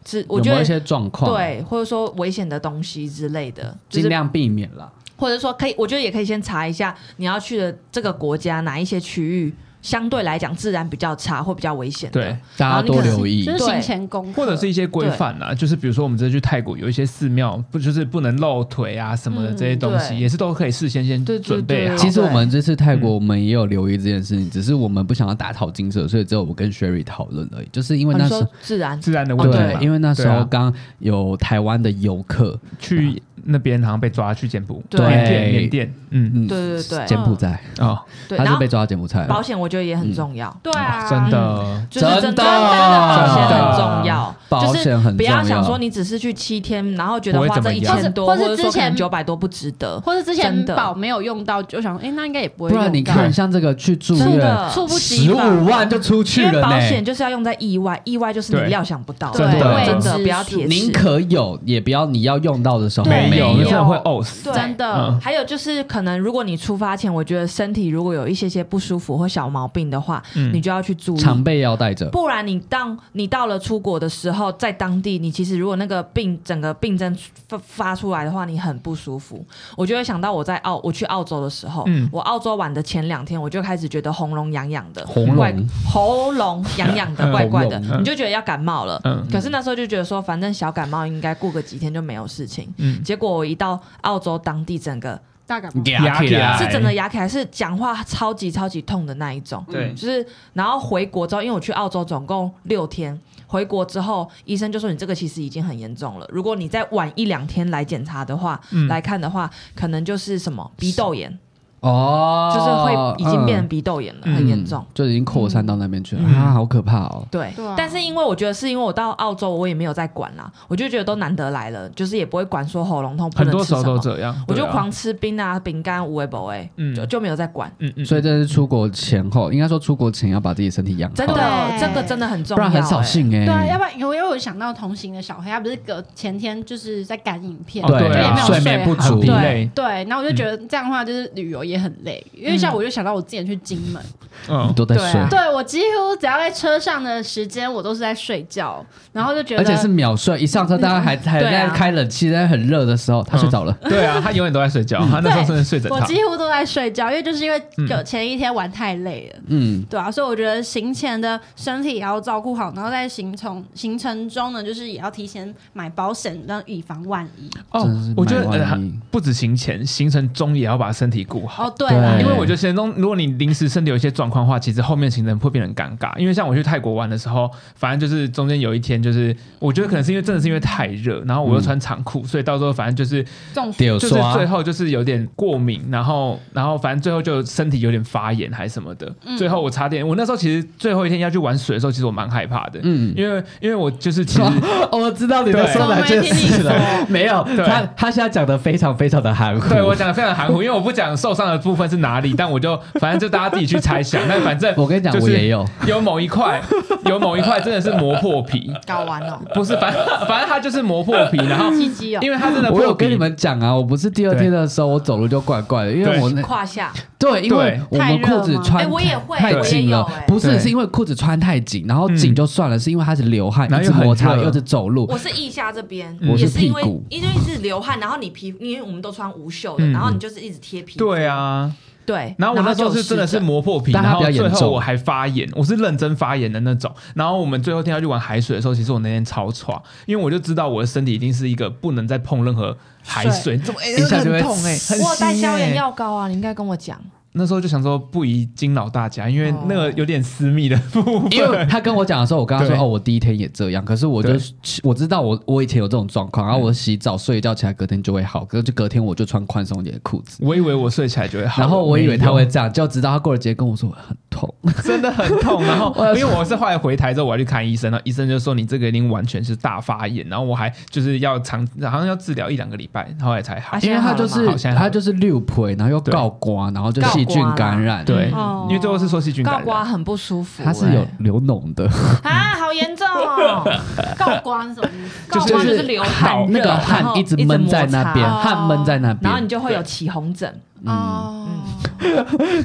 Speaker 2: 是我
Speaker 1: 有
Speaker 2: 觉
Speaker 1: 没有
Speaker 2: 得
Speaker 1: 一些状况？，
Speaker 2: 对，或者说危险的东西之类的，就
Speaker 1: 尽
Speaker 2: 是
Speaker 1: 量避免啦。
Speaker 2: 或者说可以，我觉得也可以先查一下你要去的这个国家哪一些区域相对来讲治安比较差或比较危险的。
Speaker 3: 对，
Speaker 1: 大家
Speaker 2: 好你
Speaker 1: 多
Speaker 2: 可能
Speaker 1: 留意
Speaker 4: 就。是
Speaker 2: 对
Speaker 4: 行前功课，
Speaker 3: 或者是一些规范啊，就是比如说我们这次去泰国有一些寺庙，不就是不能露腿啊什么的
Speaker 4: 嗯
Speaker 3: 这些东西，
Speaker 2: 对
Speaker 3: 也是都可以事先先
Speaker 2: 对对
Speaker 3: 准备好。
Speaker 2: 对
Speaker 1: 其实我们这次泰国，
Speaker 3: 嗯
Speaker 1: 我们也有留意这件事情，只是我们不想要打草惊蛇，所以只有我跟 Sherry 讨论而已。就是因为
Speaker 2: 哦你
Speaker 1: 那时
Speaker 2: 说哦
Speaker 1: 候，
Speaker 2: 治安，
Speaker 3: 自然的问题嘛，
Speaker 1: 对，因为那时
Speaker 3: 对
Speaker 1: 候
Speaker 3: 啊
Speaker 1: 刚有台湾的游客，
Speaker 3: 去那边好像被抓去柬埔寨、
Speaker 2: 对
Speaker 3: 缅甸、缅甸，嗯
Speaker 1: 嗯，
Speaker 2: 对对对
Speaker 1: 柬埔寨，
Speaker 3: 哦，
Speaker 2: 对，
Speaker 1: 他
Speaker 2: 然
Speaker 1: 是
Speaker 2: 后
Speaker 1: 被抓到柬埔寨
Speaker 2: 保
Speaker 1: 了。
Speaker 2: 险我觉得也很重要，
Speaker 4: 对啊，
Speaker 3: 真的，
Speaker 2: 就是真
Speaker 1: 真的啊
Speaker 2: 的保险很重要，
Speaker 1: 保
Speaker 2: 就是
Speaker 1: 险很
Speaker 2: 不
Speaker 1: 重
Speaker 2: 要
Speaker 1: 要，
Speaker 2: 想说你只是去七天，然后觉得
Speaker 3: 不会
Speaker 2: 花
Speaker 3: 怎
Speaker 2: 这
Speaker 3: 么
Speaker 2: 一
Speaker 3: 样
Speaker 2: 千多，
Speaker 4: 或是
Speaker 2: 者
Speaker 4: 之前
Speaker 2: 九百多不值得。
Speaker 4: 或者之前
Speaker 2: 真的
Speaker 4: 保没有用到，就想哎、诶那应该也不会
Speaker 1: 不
Speaker 4: 用到。
Speaker 1: 然你看像这个去住
Speaker 2: 真
Speaker 1: 院，
Speaker 2: 的，
Speaker 4: 猝不及
Speaker 1: 十
Speaker 4: 防
Speaker 1: 五万就出去
Speaker 2: 因为
Speaker 1: 了
Speaker 2: 保
Speaker 1: 呢。
Speaker 2: 险就是要用在意外，意外就是
Speaker 3: 对
Speaker 2: 你料想不到的，
Speaker 3: 真的
Speaker 2: 真
Speaker 4: 未
Speaker 2: 的
Speaker 4: 知
Speaker 2: 不要
Speaker 4: 数
Speaker 2: 铁齿。
Speaker 1: 宁可有，也不要你要用到的时候
Speaker 4: 对
Speaker 3: 没有，那
Speaker 4: 没
Speaker 3: 真的
Speaker 4: 有
Speaker 3: 会呕死。
Speaker 2: 对
Speaker 4: 真的、
Speaker 3: 嗯
Speaker 2: 还有就是，可能如果你出发前，我觉得身体如果有一些些不舒服或小毛病的话，
Speaker 3: 嗯
Speaker 2: 你就要去注意。
Speaker 1: 常备要带着。
Speaker 2: 不然你当你到了出国的时候，在当地你其实如果那个病整个病症发发出来的话，你很不舒服。我就会想到我在澳我去澳洲的时候，
Speaker 3: 嗯
Speaker 2: 我澳洲玩的前两天，我就开始觉得喉咙痒痒的，
Speaker 1: 喉咙
Speaker 2: 怪喉咙痒痒 的，
Speaker 3: 嗯
Speaker 2: 怪怪的
Speaker 1: 喉，
Speaker 3: 咙
Speaker 2: 你就觉得要感冒了。
Speaker 3: 嗯
Speaker 2: 可是那时候就觉得说，反正小感冒应该过个几天就没有事情。
Speaker 3: 嗯，
Speaker 2: 结果我一到澳洲当地，整个
Speaker 4: 大感冒，
Speaker 1: 嗯
Speaker 3: 压起来
Speaker 2: 是整个牙起来，是讲话超级超级痛的那一种。
Speaker 3: 对
Speaker 2: 就是然后回国之后，因为我去澳洲总共六天，回国之后医生就说你这个其实已经很严重了，如果你再晚一两天来检查的话，
Speaker 3: 嗯
Speaker 2: 来看的话，可能就是什么鼻窦炎，
Speaker 1: 哦，
Speaker 2: 就是会已经变成
Speaker 1: 嗯
Speaker 2: 鼻窦炎了，
Speaker 3: 嗯
Speaker 2: 很严重。
Speaker 1: 嗯就已经扩散到那边去了
Speaker 3: 嗯
Speaker 1: 啊，好可怕哦！
Speaker 2: 对，
Speaker 4: 对啊
Speaker 2: 但是因为我觉得是因为我到澳洲，我也没有在管啦，我就觉得都难得来了，就是也不会管说喉咙痛不
Speaker 3: 很
Speaker 2: 能
Speaker 3: 多
Speaker 2: 吃
Speaker 3: 时候
Speaker 2: 什
Speaker 3: 都
Speaker 2: 么，
Speaker 3: 这样，
Speaker 2: 我就
Speaker 3: 对啊，
Speaker 2: 狂吃冰啊、饼干、无为不为，
Speaker 3: 嗯
Speaker 2: 就就没有在管。
Speaker 3: 嗯嗯，
Speaker 1: 所以这是出国前后，应该说出国前要把自己身体养好，
Speaker 2: 真的，哦
Speaker 4: 对
Speaker 2: 这个真的很重要、
Speaker 1: 不然很扫
Speaker 2: 欸。
Speaker 1: 兴
Speaker 4: 对啊，
Speaker 1: 哎。
Speaker 4: 要不然我又有想到同行的小黑，他不是隔前天就是在赶影片，
Speaker 3: 哦对
Speaker 4: 就也
Speaker 3: 啊
Speaker 4: 没有
Speaker 1: 睡
Speaker 4: 睡
Speaker 1: 眠不
Speaker 4: 好
Speaker 1: 足，
Speaker 3: 对
Speaker 4: 对，然后我就觉得这样的话就是旅游也很累，因为
Speaker 1: 嗯
Speaker 4: 像我就想到我之前去金门，
Speaker 1: 你
Speaker 3: 嗯，
Speaker 1: 都在
Speaker 2: 对啊
Speaker 1: 睡，
Speaker 4: 对我几乎只要在车上的时间，我都是在睡觉，然后就觉得
Speaker 1: 而且是秒睡，一上车大家还还
Speaker 2: 对
Speaker 1: 在
Speaker 2: 啊
Speaker 1: 开冷气，在很热的时候，他睡着了。
Speaker 3: 对啊，他永远都在睡觉，他那时候真的睡着
Speaker 4: 我
Speaker 3: 他。
Speaker 4: 几乎都在睡觉，因为就是因为
Speaker 3: 嗯
Speaker 4: 隔前一天玩太累了。
Speaker 1: 嗯，
Speaker 4: 对啊，所以我觉得行前的身体也要照顾好，然后在行程行程中呢，就是也要提前买保险，让以防万一。
Speaker 1: 真的是
Speaker 3: 哦，我觉得
Speaker 1: 蛮万
Speaker 3: 呃
Speaker 1: 一
Speaker 3: 不止行前，行程中也要把身体顾好。
Speaker 4: 哦，对啦
Speaker 1: 对
Speaker 3: 因为我觉得行程中，如果你临时身体有一些状况的话，其实后面行程会变得很尴尬。因为像我去泰国玩的时候，反正就是中间有一天，就是我觉得可能是因为真的是因为太热，然后我又穿长裤，所以到时候反正就是
Speaker 4: 中暑
Speaker 1: 丢
Speaker 3: 就是
Speaker 1: 刷
Speaker 3: 最后就是有点过敏，然后然后反正最后就身体有点发炎还是什么的。最后我差点，我那时候其实最后一天要去玩水的时候，其实我蛮害怕的，
Speaker 1: 嗯 哦
Speaker 3: 因为因为我就是其实
Speaker 1: 我知道你在说哪件事了， 没有，
Speaker 3: 对
Speaker 1: 他他现在讲的非常非常的含糊。
Speaker 3: 对我讲的非常含糊，因为我不讲受伤的部分是哪里，但我就反正就大家自己去猜 想。但反正
Speaker 1: 我跟你讲，
Speaker 3: 就是
Speaker 1: 我也有，
Speaker 3: 有某一 块，有某一块真的是磨破皮，
Speaker 2: 搞完哦了，
Speaker 3: 不是，反正反正它就是磨破皮，然后
Speaker 4: 鸡鸡哦，
Speaker 3: 因为它真的破
Speaker 1: 我
Speaker 3: 皮，
Speaker 1: 有跟你们讲啊，我不是第二天的时候，我走路就怪怪的，因为我那
Speaker 2: 胯下，
Speaker 1: 对，因为我们裤子
Speaker 2: 哎、
Speaker 1: 穿
Speaker 2: 我也会，
Speaker 1: 太
Speaker 2: 我也
Speaker 1: 紧
Speaker 2: 有、
Speaker 1: 了
Speaker 2: 欸，，
Speaker 1: 不是
Speaker 3: 对嗯
Speaker 1: 是因为裤子穿太紧，然后紧就算了，是因为它是流汗，
Speaker 3: 然后
Speaker 1: 一
Speaker 3: 又
Speaker 1: 直摩擦，
Speaker 3: 很热
Speaker 1: 又是走路
Speaker 2: 我，是腋下这边，
Speaker 1: 我是
Speaker 2: 也是因为
Speaker 1: 屁股
Speaker 2: 因为一直流汗，然后你皮，因为我们都穿无袖的，
Speaker 3: 嗯
Speaker 2: 然后你就是一直贴皮，
Speaker 3: 对，啊，
Speaker 2: 对，
Speaker 3: 然后我那时候是真的是
Speaker 2: 就有湿疹
Speaker 3: 磨破皮，
Speaker 1: 但
Speaker 3: 然
Speaker 1: 它
Speaker 3: 后
Speaker 1: 比较
Speaker 3: 最
Speaker 1: 严
Speaker 3: 后
Speaker 1: 重
Speaker 3: 我还发炎，我是认真发炎的那种。然后我们最后天要去玩海水的时候，其实我那天超差，因为我就知道我的身体一定是一个不能再碰任何海水，这么哎
Speaker 1: 一下就会
Speaker 3: 很痛哎、很
Speaker 2: 我有带
Speaker 3: 腥
Speaker 2: 消炎
Speaker 3: 哎
Speaker 2: 药膏啊，你应该跟我讲，
Speaker 3: 那时候就想说不宜惊扰大家，因为那个有点私密的部
Speaker 1: 因为
Speaker 3: 分。
Speaker 1: 他跟我讲的时候，我跟他说
Speaker 3: 对
Speaker 1: 哦，我第一天也这样，可是我就
Speaker 3: 对嗯
Speaker 1: 我知道我我以前有这种状况，然后我洗澡睡一觉起来，隔天就会好，可是就隔天我就穿宽松一点的裤子。
Speaker 3: 我以为我睡起来就会好，
Speaker 1: 然后我以为他
Speaker 3: 没
Speaker 1: 会
Speaker 3: 有
Speaker 1: 这样，就直到他过了节跟我说很痛，
Speaker 3: 真的很痛，然后
Speaker 1: 要
Speaker 3: 因为 我是后来回台之后我要去看医生，然后医生就说你这个已经完全是大发炎，然后我还就是要长好像要治疗一两个礼拜，后来才好
Speaker 2: 啊。
Speaker 1: 因为他就是
Speaker 3: 好现在好
Speaker 1: 他就是六腿，然后又告瓜，然后就细菌感染，
Speaker 3: 对，
Speaker 4: 哦
Speaker 3: 因为最后是说细菌
Speaker 2: 告
Speaker 3: 感
Speaker 2: 瓜
Speaker 3: 染，
Speaker 2: 很不舒服、
Speaker 1: 他是有流脓的，
Speaker 2: 哎啊，好严重哦！
Speaker 4: 告光什么意思？
Speaker 2: 告
Speaker 3: 就是
Speaker 2: 瓜就是流
Speaker 1: 汗
Speaker 2: 汗
Speaker 1: 那个汗一直闷在那边，
Speaker 4: 然后一直摩擦
Speaker 1: 汗闷在那
Speaker 2: 然后
Speaker 1: 边，
Speaker 2: 你就会有起红疹。
Speaker 1: 嗯
Speaker 4: 哦，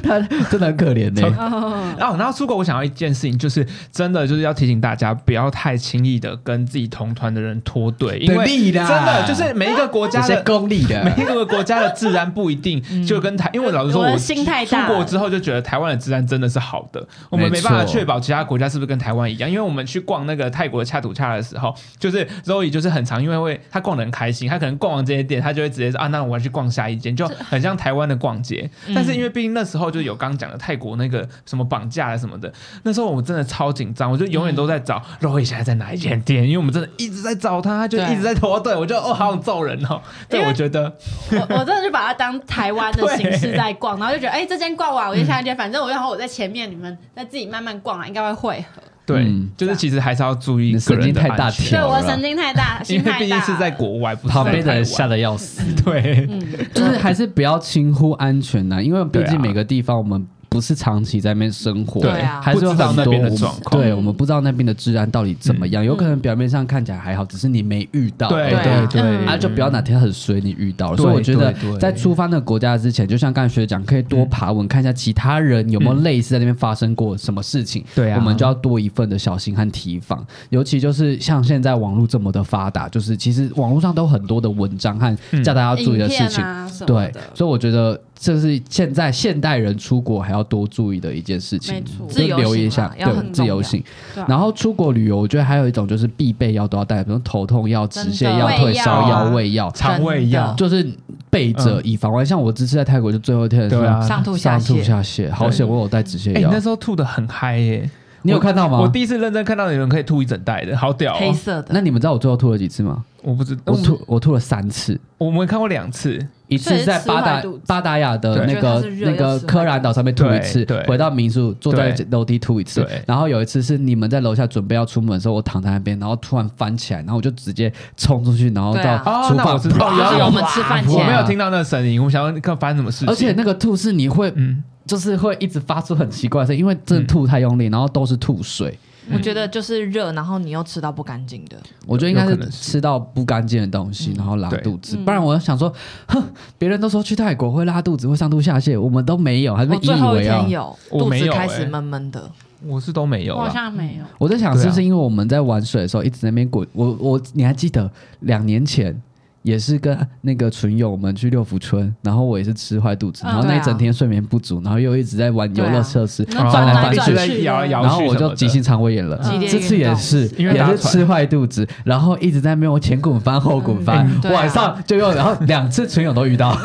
Speaker 1: 他 真的很可怜呢。
Speaker 4: 哦
Speaker 3: 然后，然后出国，我想要一件事情，就是真的就是要提醒大家，不要太轻易的跟自己同团的人脱队，因为
Speaker 1: 力
Speaker 3: 真的就是每一个国
Speaker 1: 有
Speaker 3: 家
Speaker 1: 些
Speaker 3: 的
Speaker 1: 功利的，
Speaker 3: 每一个国家的治安不一定就跟台，因为我老实说，
Speaker 4: 嗯我的
Speaker 3: 我
Speaker 4: 心太
Speaker 3: 出
Speaker 4: 大
Speaker 3: 国之后就觉得台湾的治安真的是好的，我们
Speaker 1: 没
Speaker 3: 没
Speaker 1: 错
Speaker 3: 办法确保其他国家是不是跟台湾一样，因为我们去逛那个泰国的恰土恰的时候，就是 Zoe 就是很常因为会他逛的很开心，他可能逛完这些店，他就会直接说啊，那我要去逛下一间，就很像台湾的逛街。
Speaker 4: 嗯
Speaker 3: 但是因为毕竟那时候就有刚刚讲的泰国那个什么绑架啊什么的，那时候我真的超紧张，我就
Speaker 4: 嗯
Speaker 3: 永远都在找 Zoe 现在在哪一间店，因为我们真的一直在找他，他就
Speaker 2: 对
Speaker 3: 一直在脱 队，我就哦好想揍人哦。对，
Speaker 4: 因为
Speaker 3: 我觉得。
Speaker 4: 我我真的就把它当台湾的形式在逛，然后就觉得，哎、这间逛完我
Speaker 3: 嗯
Speaker 4: 就下一间，反正我然后我在前面，你们再自己慢慢逛啊，应该会会合。
Speaker 3: 对，
Speaker 1: 嗯
Speaker 3: 就是其实还是要注意
Speaker 1: 你
Speaker 3: 个
Speaker 1: 神
Speaker 3: 人
Speaker 1: 经
Speaker 3: 的
Speaker 1: 太大条
Speaker 3: 安全，
Speaker 4: 对
Speaker 1: 了
Speaker 4: 我
Speaker 1: 啦
Speaker 4: 神经太 大，
Speaker 3: 因
Speaker 4: 心
Speaker 3: 为
Speaker 4: 太大。
Speaker 3: 毕竟是在国外，不是
Speaker 1: 旁边的人吓
Speaker 3: 下的
Speaker 1: 得要死，
Speaker 3: 对。
Speaker 1: 就是还是不要轻忽安全呐、因为毕
Speaker 3: 对啊
Speaker 1: 竟每个地方我们不是长期在那边生活，
Speaker 3: 对
Speaker 2: 啊
Speaker 1: 还是有
Speaker 3: 不知
Speaker 1: 很
Speaker 3: 道那
Speaker 1: 多我
Speaker 3: 边的
Speaker 1: 们
Speaker 3: 状况
Speaker 1: 对我们不知道那边的治安到底怎么样，有可能表面上看起来还好，只是你没遇到，
Speaker 3: 对
Speaker 2: 对啊
Speaker 3: 嗯对
Speaker 4: 嗯
Speaker 1: 啊，就不要哪天很水你遇到了。
Speaker 3: 对
Speaker 1: 所以我觉得
Speaker 3: 对对
Speaker 1: 在出发那个国家之前，就像刚才学长，可以多爬文、看一下其他人有没有类似在那边发生过什么事情。
Speaker 3: 对啊
Speaker 1: 我们就要多一份的小心和提防。尤其就是像现在网络这么的发达，就是其实网络上都有很多的文章和
Speaker 3: 嗯
Speaker 1: 叫大家要注意的事
Speaker 4: 影
Speaker 1: 情
Speaker 4: 片。啊什么
Speaker 1: 对
Speaker 4: 的，，
Speaker 1: 所以我觉得这是现在现代人出国还要多注意的一件事情，
Speaker 4: 没错
Speaker 1: 就留意一下，
Speaker 2: 自由行啊要啊很
Speaker 1: 对自由行
Speaker 4: 重要。
Speaker 1: 然后出国旅游，我觉得还有一种就是必备药都要带，比如头痛药、止泻药、
Speaker 4: 真的
Speaker 1: 退烧药、胃
Speaker 4: 胃
Speaker 1: 药，
Speaker 3: 肠胃药，
Speaker 1: 就是备着以防万一。像我这次在泰国就最后一天的时候
Speaker 3: 对啊，
Speaker 2: 上吐下
Speaker 1: 上吐
Speaker 2: 泻，
Speaker 1: 下泻，好险我有带止泻
Speaker 3: 哎、你
Speaker 1: 药
Speaker 3: 那。时候吐的很嗨耶、
Speaker 1: 你有看到吗
Speaker 3: 我？第一次认真看到有人可以吐一整袋的，好屌、
Speaker 2: 黑
Speaker 3: 哦！
Speaker 2: 色的。
Speaker 1: 那你们知道我最后吐了几次吗？
Speaker 3: 我不知
Speaker 1: 我
Speaker 3: 我
Speaker 1: 吐我吐了三次。
Speaker 3: 我们看过两次，
Speaker 1: 一次在巴达
Speaker 4: 所以是吃坏肚子
Speaker 1: 巴达雅的那
Speaker 2: 对我觉得
Speaker 1: 个
Speaker 2: 它是热
Speaker 1: 那个
Speaker 2: 又吃坏
Speaker 1: 科兰岛上面吐一次
Speaker 3: 对，对
Speaker 1: 回到民宿坐在
Speaker 3: 对
Speaker 1: 楼梯吐一次
Speaker 3: 对，
Speaker 1: 然后有一次是你们在楼下准备要出门的时候，我躺在那边，然后突然翻起来，然后我就直接冲出去，然后
Speaker 2: 对
Speaker 1: 到
Speaker 2: 啊
Speaker 3: 哦
Speaker 1: 厨
Speaker 3: 那
Speaker 1: 房
Speaker 3: 我知道
Speaker 1: 啪
Speaker 3: 有
Speaker 2: 就是我们吃饭
Speaker 1: 对
Speaker 3: 我
Speaker 1: 啊
Speaker 3: 没
Speaker 2: 前，
Speaker 3: 有听到那个声音，我想要看发生什么事情。
Speaker 1: 而且那个吐是你会
Speaker 3: 嗯，
Speaker 1: 就是会一直发出很奇怪的声音，因为真的吐太用力，然后都是吐水。
Speaker 2: 我觉得就是热，然后你又吃到不干净的，
Speaker 1: 我觉得应该
Speaker 3: 有
Speaker 1: 是
Speaker 3: 可能是
Speaker 1: 吃到不干净的东西，
Speaker 2: 嗯
Speaker 1: 然后拉
Speaker 3: 对
Speaker 1: 肚子。不然我想说，哼，别人都说去泰国会拉肚子，会上吐下泻，我们都没有，还是
Speaker 2: 我
Speaker 1: 引
Speaker 2: 最
Speaker 1: 以
Speaker 2: 后一
Speaker 1: 为啊傲
Speaker 2: 天。有，
Speaker 3: 我
Speaker 2: 肚
Speaker 3: 没
Speaker 2: 子
Speaker 3: 有
Speaker 2: 开
Speaker 3: 欸
Speaker 2: 始闷闷的，
Speaker 3: 我是都没有
Speaker 4: 我好
Speaker 3: 了。
Speaker 4: 像没有。
Speaker 1: 我在想，
Speaker 3: 对啊
Speaker 1: 是不是因为我们在玩水的时候一直在那边滚？我我你还记得两年前也是跟那个纯友我们去六福村，然后我也是吃坏肚子，
Speaker 4: 嗯
Speaker 1: 然后那一
Speaker 2: 对啊
Speaker 1: 整天睡眠不足，然后又一直在玩游乐设施，
Speaker 4: 对啊
Speaker 1: 翻来翻
Speaker 3: 一直
Speaker 1: 去
Speaker 4: 转。
Speaker 3: 在摇
Speaker 2: 啊
Speaker 3: 来摇去，
Speaker 1: 然后我就急性。肠胃炎了
Speaker 4: 嗯激烈，
Speaker 1: 这次也是，
Speaker 3: 运动
Speaker 1: 也是吃坏肚子，然后一直在那边前滚翻后滚翻，
Speaker 2: 嗯对啊
Speaker 1: 晚上就又，然后两次纯友都遇 到，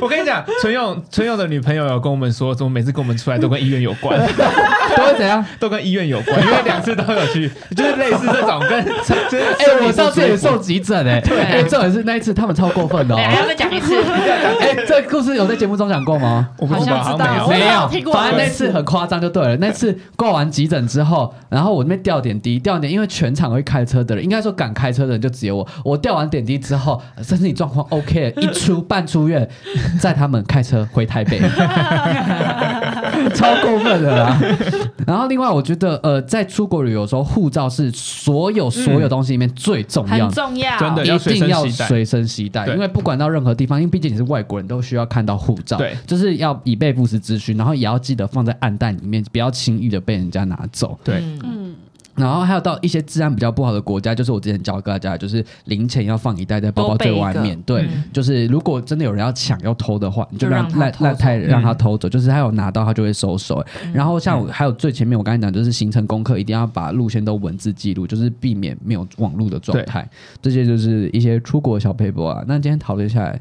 Speaker 3: 我跟你讲，纯勇纯勇的女朋友有跟我们说，怎么每次跟我们出来都跟医院有关。
Speaker 1: 都会怎 样？
Speaker 3: 都跟医院有 关，因为两次都有去，就是类似这种跟就是
Speaker 1: 哎、我上次也送急诊哎、
Speaker 2: 对啊
Speaker 1: 哎、重点是那一次他们超过分的哦、
Speaker 2: 哎再讲 一次，
Speaker 3: 嗯
Speaker 1: 哎、这个故事有在节目中讲过吗？
Speaker 3: 我不知道，好
Speaker 2: 好像知道
Speaker 3: 像没
Speaker 1: 没
Speaker 3: 有。
Speaker 4: 我有
Speaker 1: 有
Speaker 4: 听，过
Speaker 1: 反正那次很夸张就对了。那次挂完急诊之后，然后我那边吊点滴，吊点滴，因为全场会开车的人，应该说敢开车的人就只有我。我吊完点滴之后，呃身体状况 OK，了一 出半出院，载他们开车回台 北，超过分的啦。然后另外，我觉得呃，在出国旅游的时候，护照是所有
Speaker 3: 嗯
Speaker 1: 所有东西里面最重要
Speaker 2: 很
Speaker 1: 的。
Speaker 2: 重要，
Speaker 3: 真的对
Speaker 1: 一
Speaker 3: 要随身
Speaker 1: 定要
Speaker 3: 携带
Speaker 1: 随身携带，
Speaker 3: 对
Speaker 1: 因为不管到任何地方，因为毕竟你是外国人，都需要看到护照，
Speaker 3: 对
Speaker 1: 就是要以备不时之需，然后也要记得放在暗袋里面，不要轻易的被人家拿走。
Speaker 3: 对，
Speaker 2: 嗯
Speaker 4: 嗯，
Speaker 1: 然后还有到一些治安比较不好的国家，就是我之前教大家，就是零钱要放一袋在包包最外面，对，
Speaker 2: 嗯
Speaker 1: 就是如果真的有人要抢要偷的话，你就让
Speaker 2: 就让他
Speaker 1: 让
Speaker 2: 偷走
Speaker 1: 让
Speaker 2: 嗯
Speaker 1: 他让他偷走，就是他有拿到他就会收手。然后像我还有最前面我刚才讲，就是行程功课一定要把路线都文字记录，就是避免没有网络的状态。这些就是一些出国小 paper 啊。那今天讨论下来，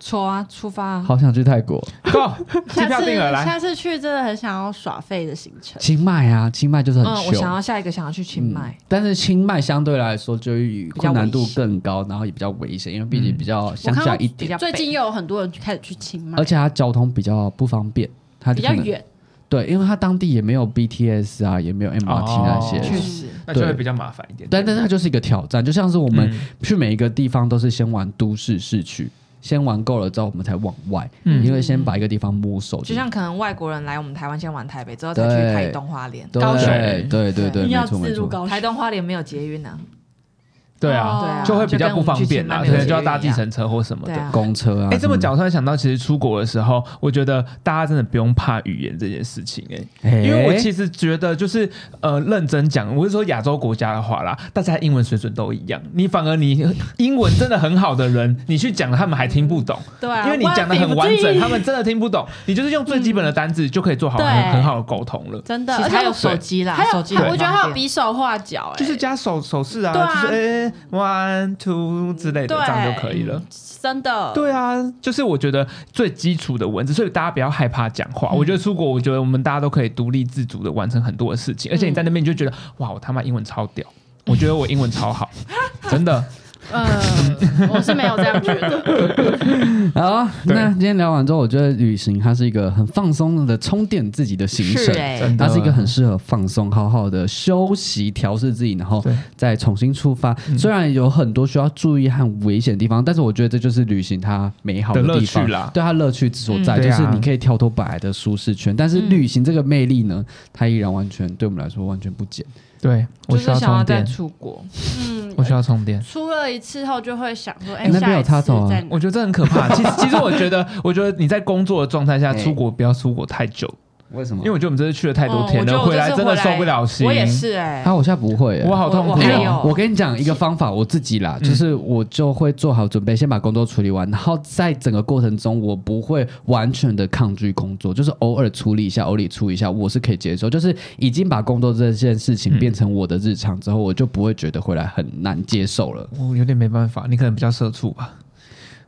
Speaker 2: 抽啊，出发啊！
Speaker 1: 好想去泰国，
Speaker 3: Go，机
Speaker 4: 下
Speaker 3: 票
Speaker 4: 次
Speaker 3: 定了，来，
Speaker 4: 下次去真的很想要耍废的行程。
Speaker 1: 清迈啊，清迈就是很
Speaker 2: 呃嗯，我
Speaker 1: 穷
Speaker 2: 想要下一个想要去清迈
Speaker 1: 嗯，但是清迈相对来说就
Speaker 2: 比较
Speaker 1: 困难度
Speaker 2: 危险
Speaker 1: 更高，然后也比较危险，因为毕竟
Speaker 3: 嗯
Speaker 1: 比较
Speaker 4: 我
Speaker 1: 乡
Speaker 4: 看
Speaker 1: 下
Speaker 4: 到
Speaker 1: 一
Speaker 2: 比
Speaker 1: 点，
Speaker 2: 较
Speaker 4: 最近
Speaker 2: 北
Speaker 4: 又有很多人开始去清迈
Speaker 1: 而，且它交通比较不方便，它就
Speaker 4: 比较
Speaker 1: 可能
Speaker 4: 远，
Speaker 1: 对，因为它当地也没有 BTS 啊，也没有 MRT 那些。
Speaker 3: 哦
Speaker 2: 确实
Speaker 3: 那就会
Speaker 1: 对
Speaker 3: 比较麻烦一点
Speaker 1: 但
Speaker 3: 点。
Speaker 1: 但是它就是一个挑战，就像是我
Speaker 3: 我
Speaker 1: 们
Speaker 4: 嗯
Speaker 1: 去每一个地方都是先玩都市市区，先玩够了之后我们才往外，
Speaker 3: 嗯
Speaker 1: 因为先把一个地方摸熟。
Speaker 2: 就像可能外国人来我们台湾先玩台北，之后再去
Speaker 1: 对
Speaker 2: 台东花莲。
Speaker 1: 对
Speaker 4: 高雄
Speaker 1: 对对对，
Speaker 4: 一定要
Speaker 1: 没错
Speaker 4: 自
Speaker 1: 没
Speaker 4: 入
Speaker 1: 错。
Speaker 4: 高
Speaker 2: 台
Speaker 4: 雄。
Speaker 2: 东花莲没有捷运啊，
Speaker 3: 对啊，
Speaker 2: 对啊
Speaker 3: 就会比较不方便啦，
Speaker 2: 就
Speaker 3: 可
Speaker 2: 跟我们去清迈没有
Speaker 3: 能就要搭
Speaker 2: 捷运
Speaker 3: 计
Speaker 2: 一样
Speaker 3: 程车或什么
Speaker 2: 对
Speaker 3: 的。
Speaker 2: 啊，
Speaker 1: 公车啊。
Speaker 3: 哎，这么
Speaker 1: 什
Speaker 3: 讲，
Speaker 1: 的，
Speaker 3: 突然想到，其实出国的时候，我觉得大家真的不用怕语言这件事情、哎，因为我
Speaker 1: 哎
Speaker 3: 其实觉得就是呃，认真讲，我是说亚洲国家的话啦，大家英文水准都一样，你反而你英文真的很好的人，你去讲了他们还听不懂，
Speaker 4: 对啊，
Speaker 3: 因为你讲的
Speaker 4: 万
Speaker 3: 很
Speaker 4: 不
Speaker 3: 完
Speaker 4: 至
Speaker 3: 整，
Speaker 4: 于
Speaker 3: 他们真的听不懂，你就是用最基本的单字就可以做好
Speaker 4: 对
Speaker 3: 很很好的沟通了。
Speaker 4: 真的，
Speaker 2: 其实
Speaker 4: 而且
Speaker 2: 还有
Speaker 4: 我
Speaker 2: 手机啦
Speaker 4: 还，有
Speaker 2: 手机很
Speaker 4: 我觉得还
Speaker 2: 方
Speaker 4: 有
Speaker 2: 便
Speaker 4: 比手画脚，哎
Speaker 3: 就是加手手势啊，
Speaker 4: 对啊
Speaker 3: 就是哎、one two 之类的，
Speaker 4: 对嗯
Speaker 3: 这样就可以了。
Speaker 4: 真的，
Speaker 3: 对啊，就是我觉得最基础的文字，所以大家不要害怕讲话。
Speaker 4: 嗯
Speaker 3: 我觉得出国，我觉得我们大家都可以独立自主的完成很多的事情，而且你在
Speaker 4: 嗯
Speaker 3: 那边你就觉得哇，我他妈英文超屌，我觉得我英文超好，真 的。
Speaker 4: 呃，我是没有这样觉得。
Speaker 1: 好啊，
Speaker 3: 对
Speaker 1: 那今天聊完之后，我觉得旅行它是一个很放松的充电自己的行
Speaker 2: 是
Speaker 1: 程。
Speaker 2: 哎、
Speaker 3: 真的
Speaker 1: 它是一个很适合放松、好好的休息、调试自己，然后
Speaker 3: 对
Speaker 1: 再重新出发。
Speaker 3: 嗯
Speaker 1: 虽然有很多需要注意和危险的地方，但是我觉得这就是旅行它美好
Speaker 3: 的乐
Speaker 1: 地方
Speaker 3: 趣啦
Speaker 1: 对它乐趣所在，
Speaker 3: 嗯
Speaker 1: 就
Speaker 3: 对啊
Speaker 1: 是你可以跳脱本来的舒适圈。但是旅行这个魅力呢，它依然完全对我们来说完全不减。
Speaker 3: 对，我
Speaker 2: 就
Speaker 3: 需
Speaker 2: 是
Speaker 3: 要
Speaker 2: 想
Speaker 3: 充
Speaker 2: 再
Speaker 3: 电，
Speaker 2: 出国，
Speaker 4: 嗯，
Speaker 3: 我需要充电。
Speaker 4: 出了一次后就会想说，哎，
Speaker 1: 那边
Speaker 4: 下
Speaker 1: 有
Speaker 4: 一
Speaker 1: 插
Speaker 4: 次
Speaker 1: 头啊
Speaker 4: 再
Speaker 3: 我觉得这很可怕。其实，其实我觉得，我觉得你在工作的状态下
Speaker 1: 哎
Speaker 3: 出国，不要出国太久，
Speaker 1: 为什么
Speaker 3: 因为？我觉得我们这次去了太多
Speaker 2: 嗯
Speaker 3: 天
Speaker 2: 我觉
Speaker 3: 了，
Speaker 2: 得我
Speaker 3: 回来
Speaker 2: 这次
Speaker 3: 真的
Speaker 2: 回来
Speaker 3: 受不了心。
Speaker 2: 我也，是哎、
Speaker 1: 啊，我现在不会、欸，
Speaker 3: 我好痛苦
Speaker 2: 我还
Speaker 3: 哦。
Speaker 2: 有
Speaker 1: 我跟你讲一个方法，我自己啦，
Speaker 3: 嗯
Speaker 1: 就是我就会做好准备，先把工作处理完，然后在整个过程中，我不会完全的抗拒工作，就是偶尔处理一下，偶尔处理一下，我是可以接受。就是已经把工作这件事情
Speaker 3: 嗯
Speaker 1: 变成我的日常之后，我就不会觉得回来很难接受了。
Speaker 3: 我有点没办法，你可能比较社畜吧。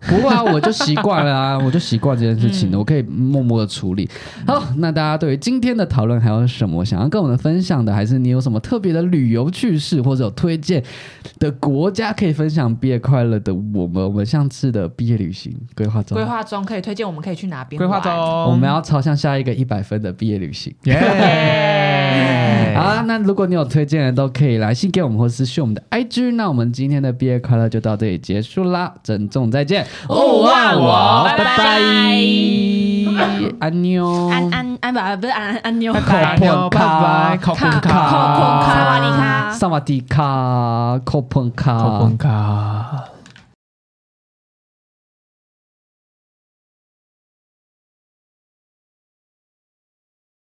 Speaker 1: 不过啊，我就习惯了啊，我就习惯这件事情了，我可以默默的处理。好，那大家对于今天的讨论还有什么想要跟我们分享的？还是你有什么特别的旅游趣事，或者有推荐的国家可以分享？毕业快乐的我们，我们上次的毕业旅行规划中，
Speaker 2: 规划中可以推荐我们可以去哪边
Speaker 3: 规划
Speaker 2: 玩
Speaker 3: 中，
Speaker 1: 我们要朝向下一个一百分的毕业旅行。
Speaker 3: 耶！
Speaker 1: 好啊，那如果你有推荐的，都可以来信给我们，或私讯我们的 IG。那我们今天的毕业快乐就到这里结束啦，珍重再见，
Speaker 2: 勿忘我
Speaker 1: 拜
Speaker 2: 拜
Speaker 1: 拜
Speaker 2: 拜，
Speaker 1: 安妞，
Speaker 4: 安安安吧，不是安安安妞，
Speaker 1: 拜
Speaker 3: 拜拜，靠
Speaker 4: 卡
Speaker 3: 朋卡，
Speaker 4: 靠靠
Speaker 1: 萨
Speaker 4: 萨
Speaker 1: 瓦
Speaker 4: 瓦
Speaker 1: 迪
Speaker 4: 迪
Speaker 1: 卡，萨瓦
Speaker 4: 卡
Speaker 1: 迪卡，科蓬卡，
Speaker 3: 靠朋卡。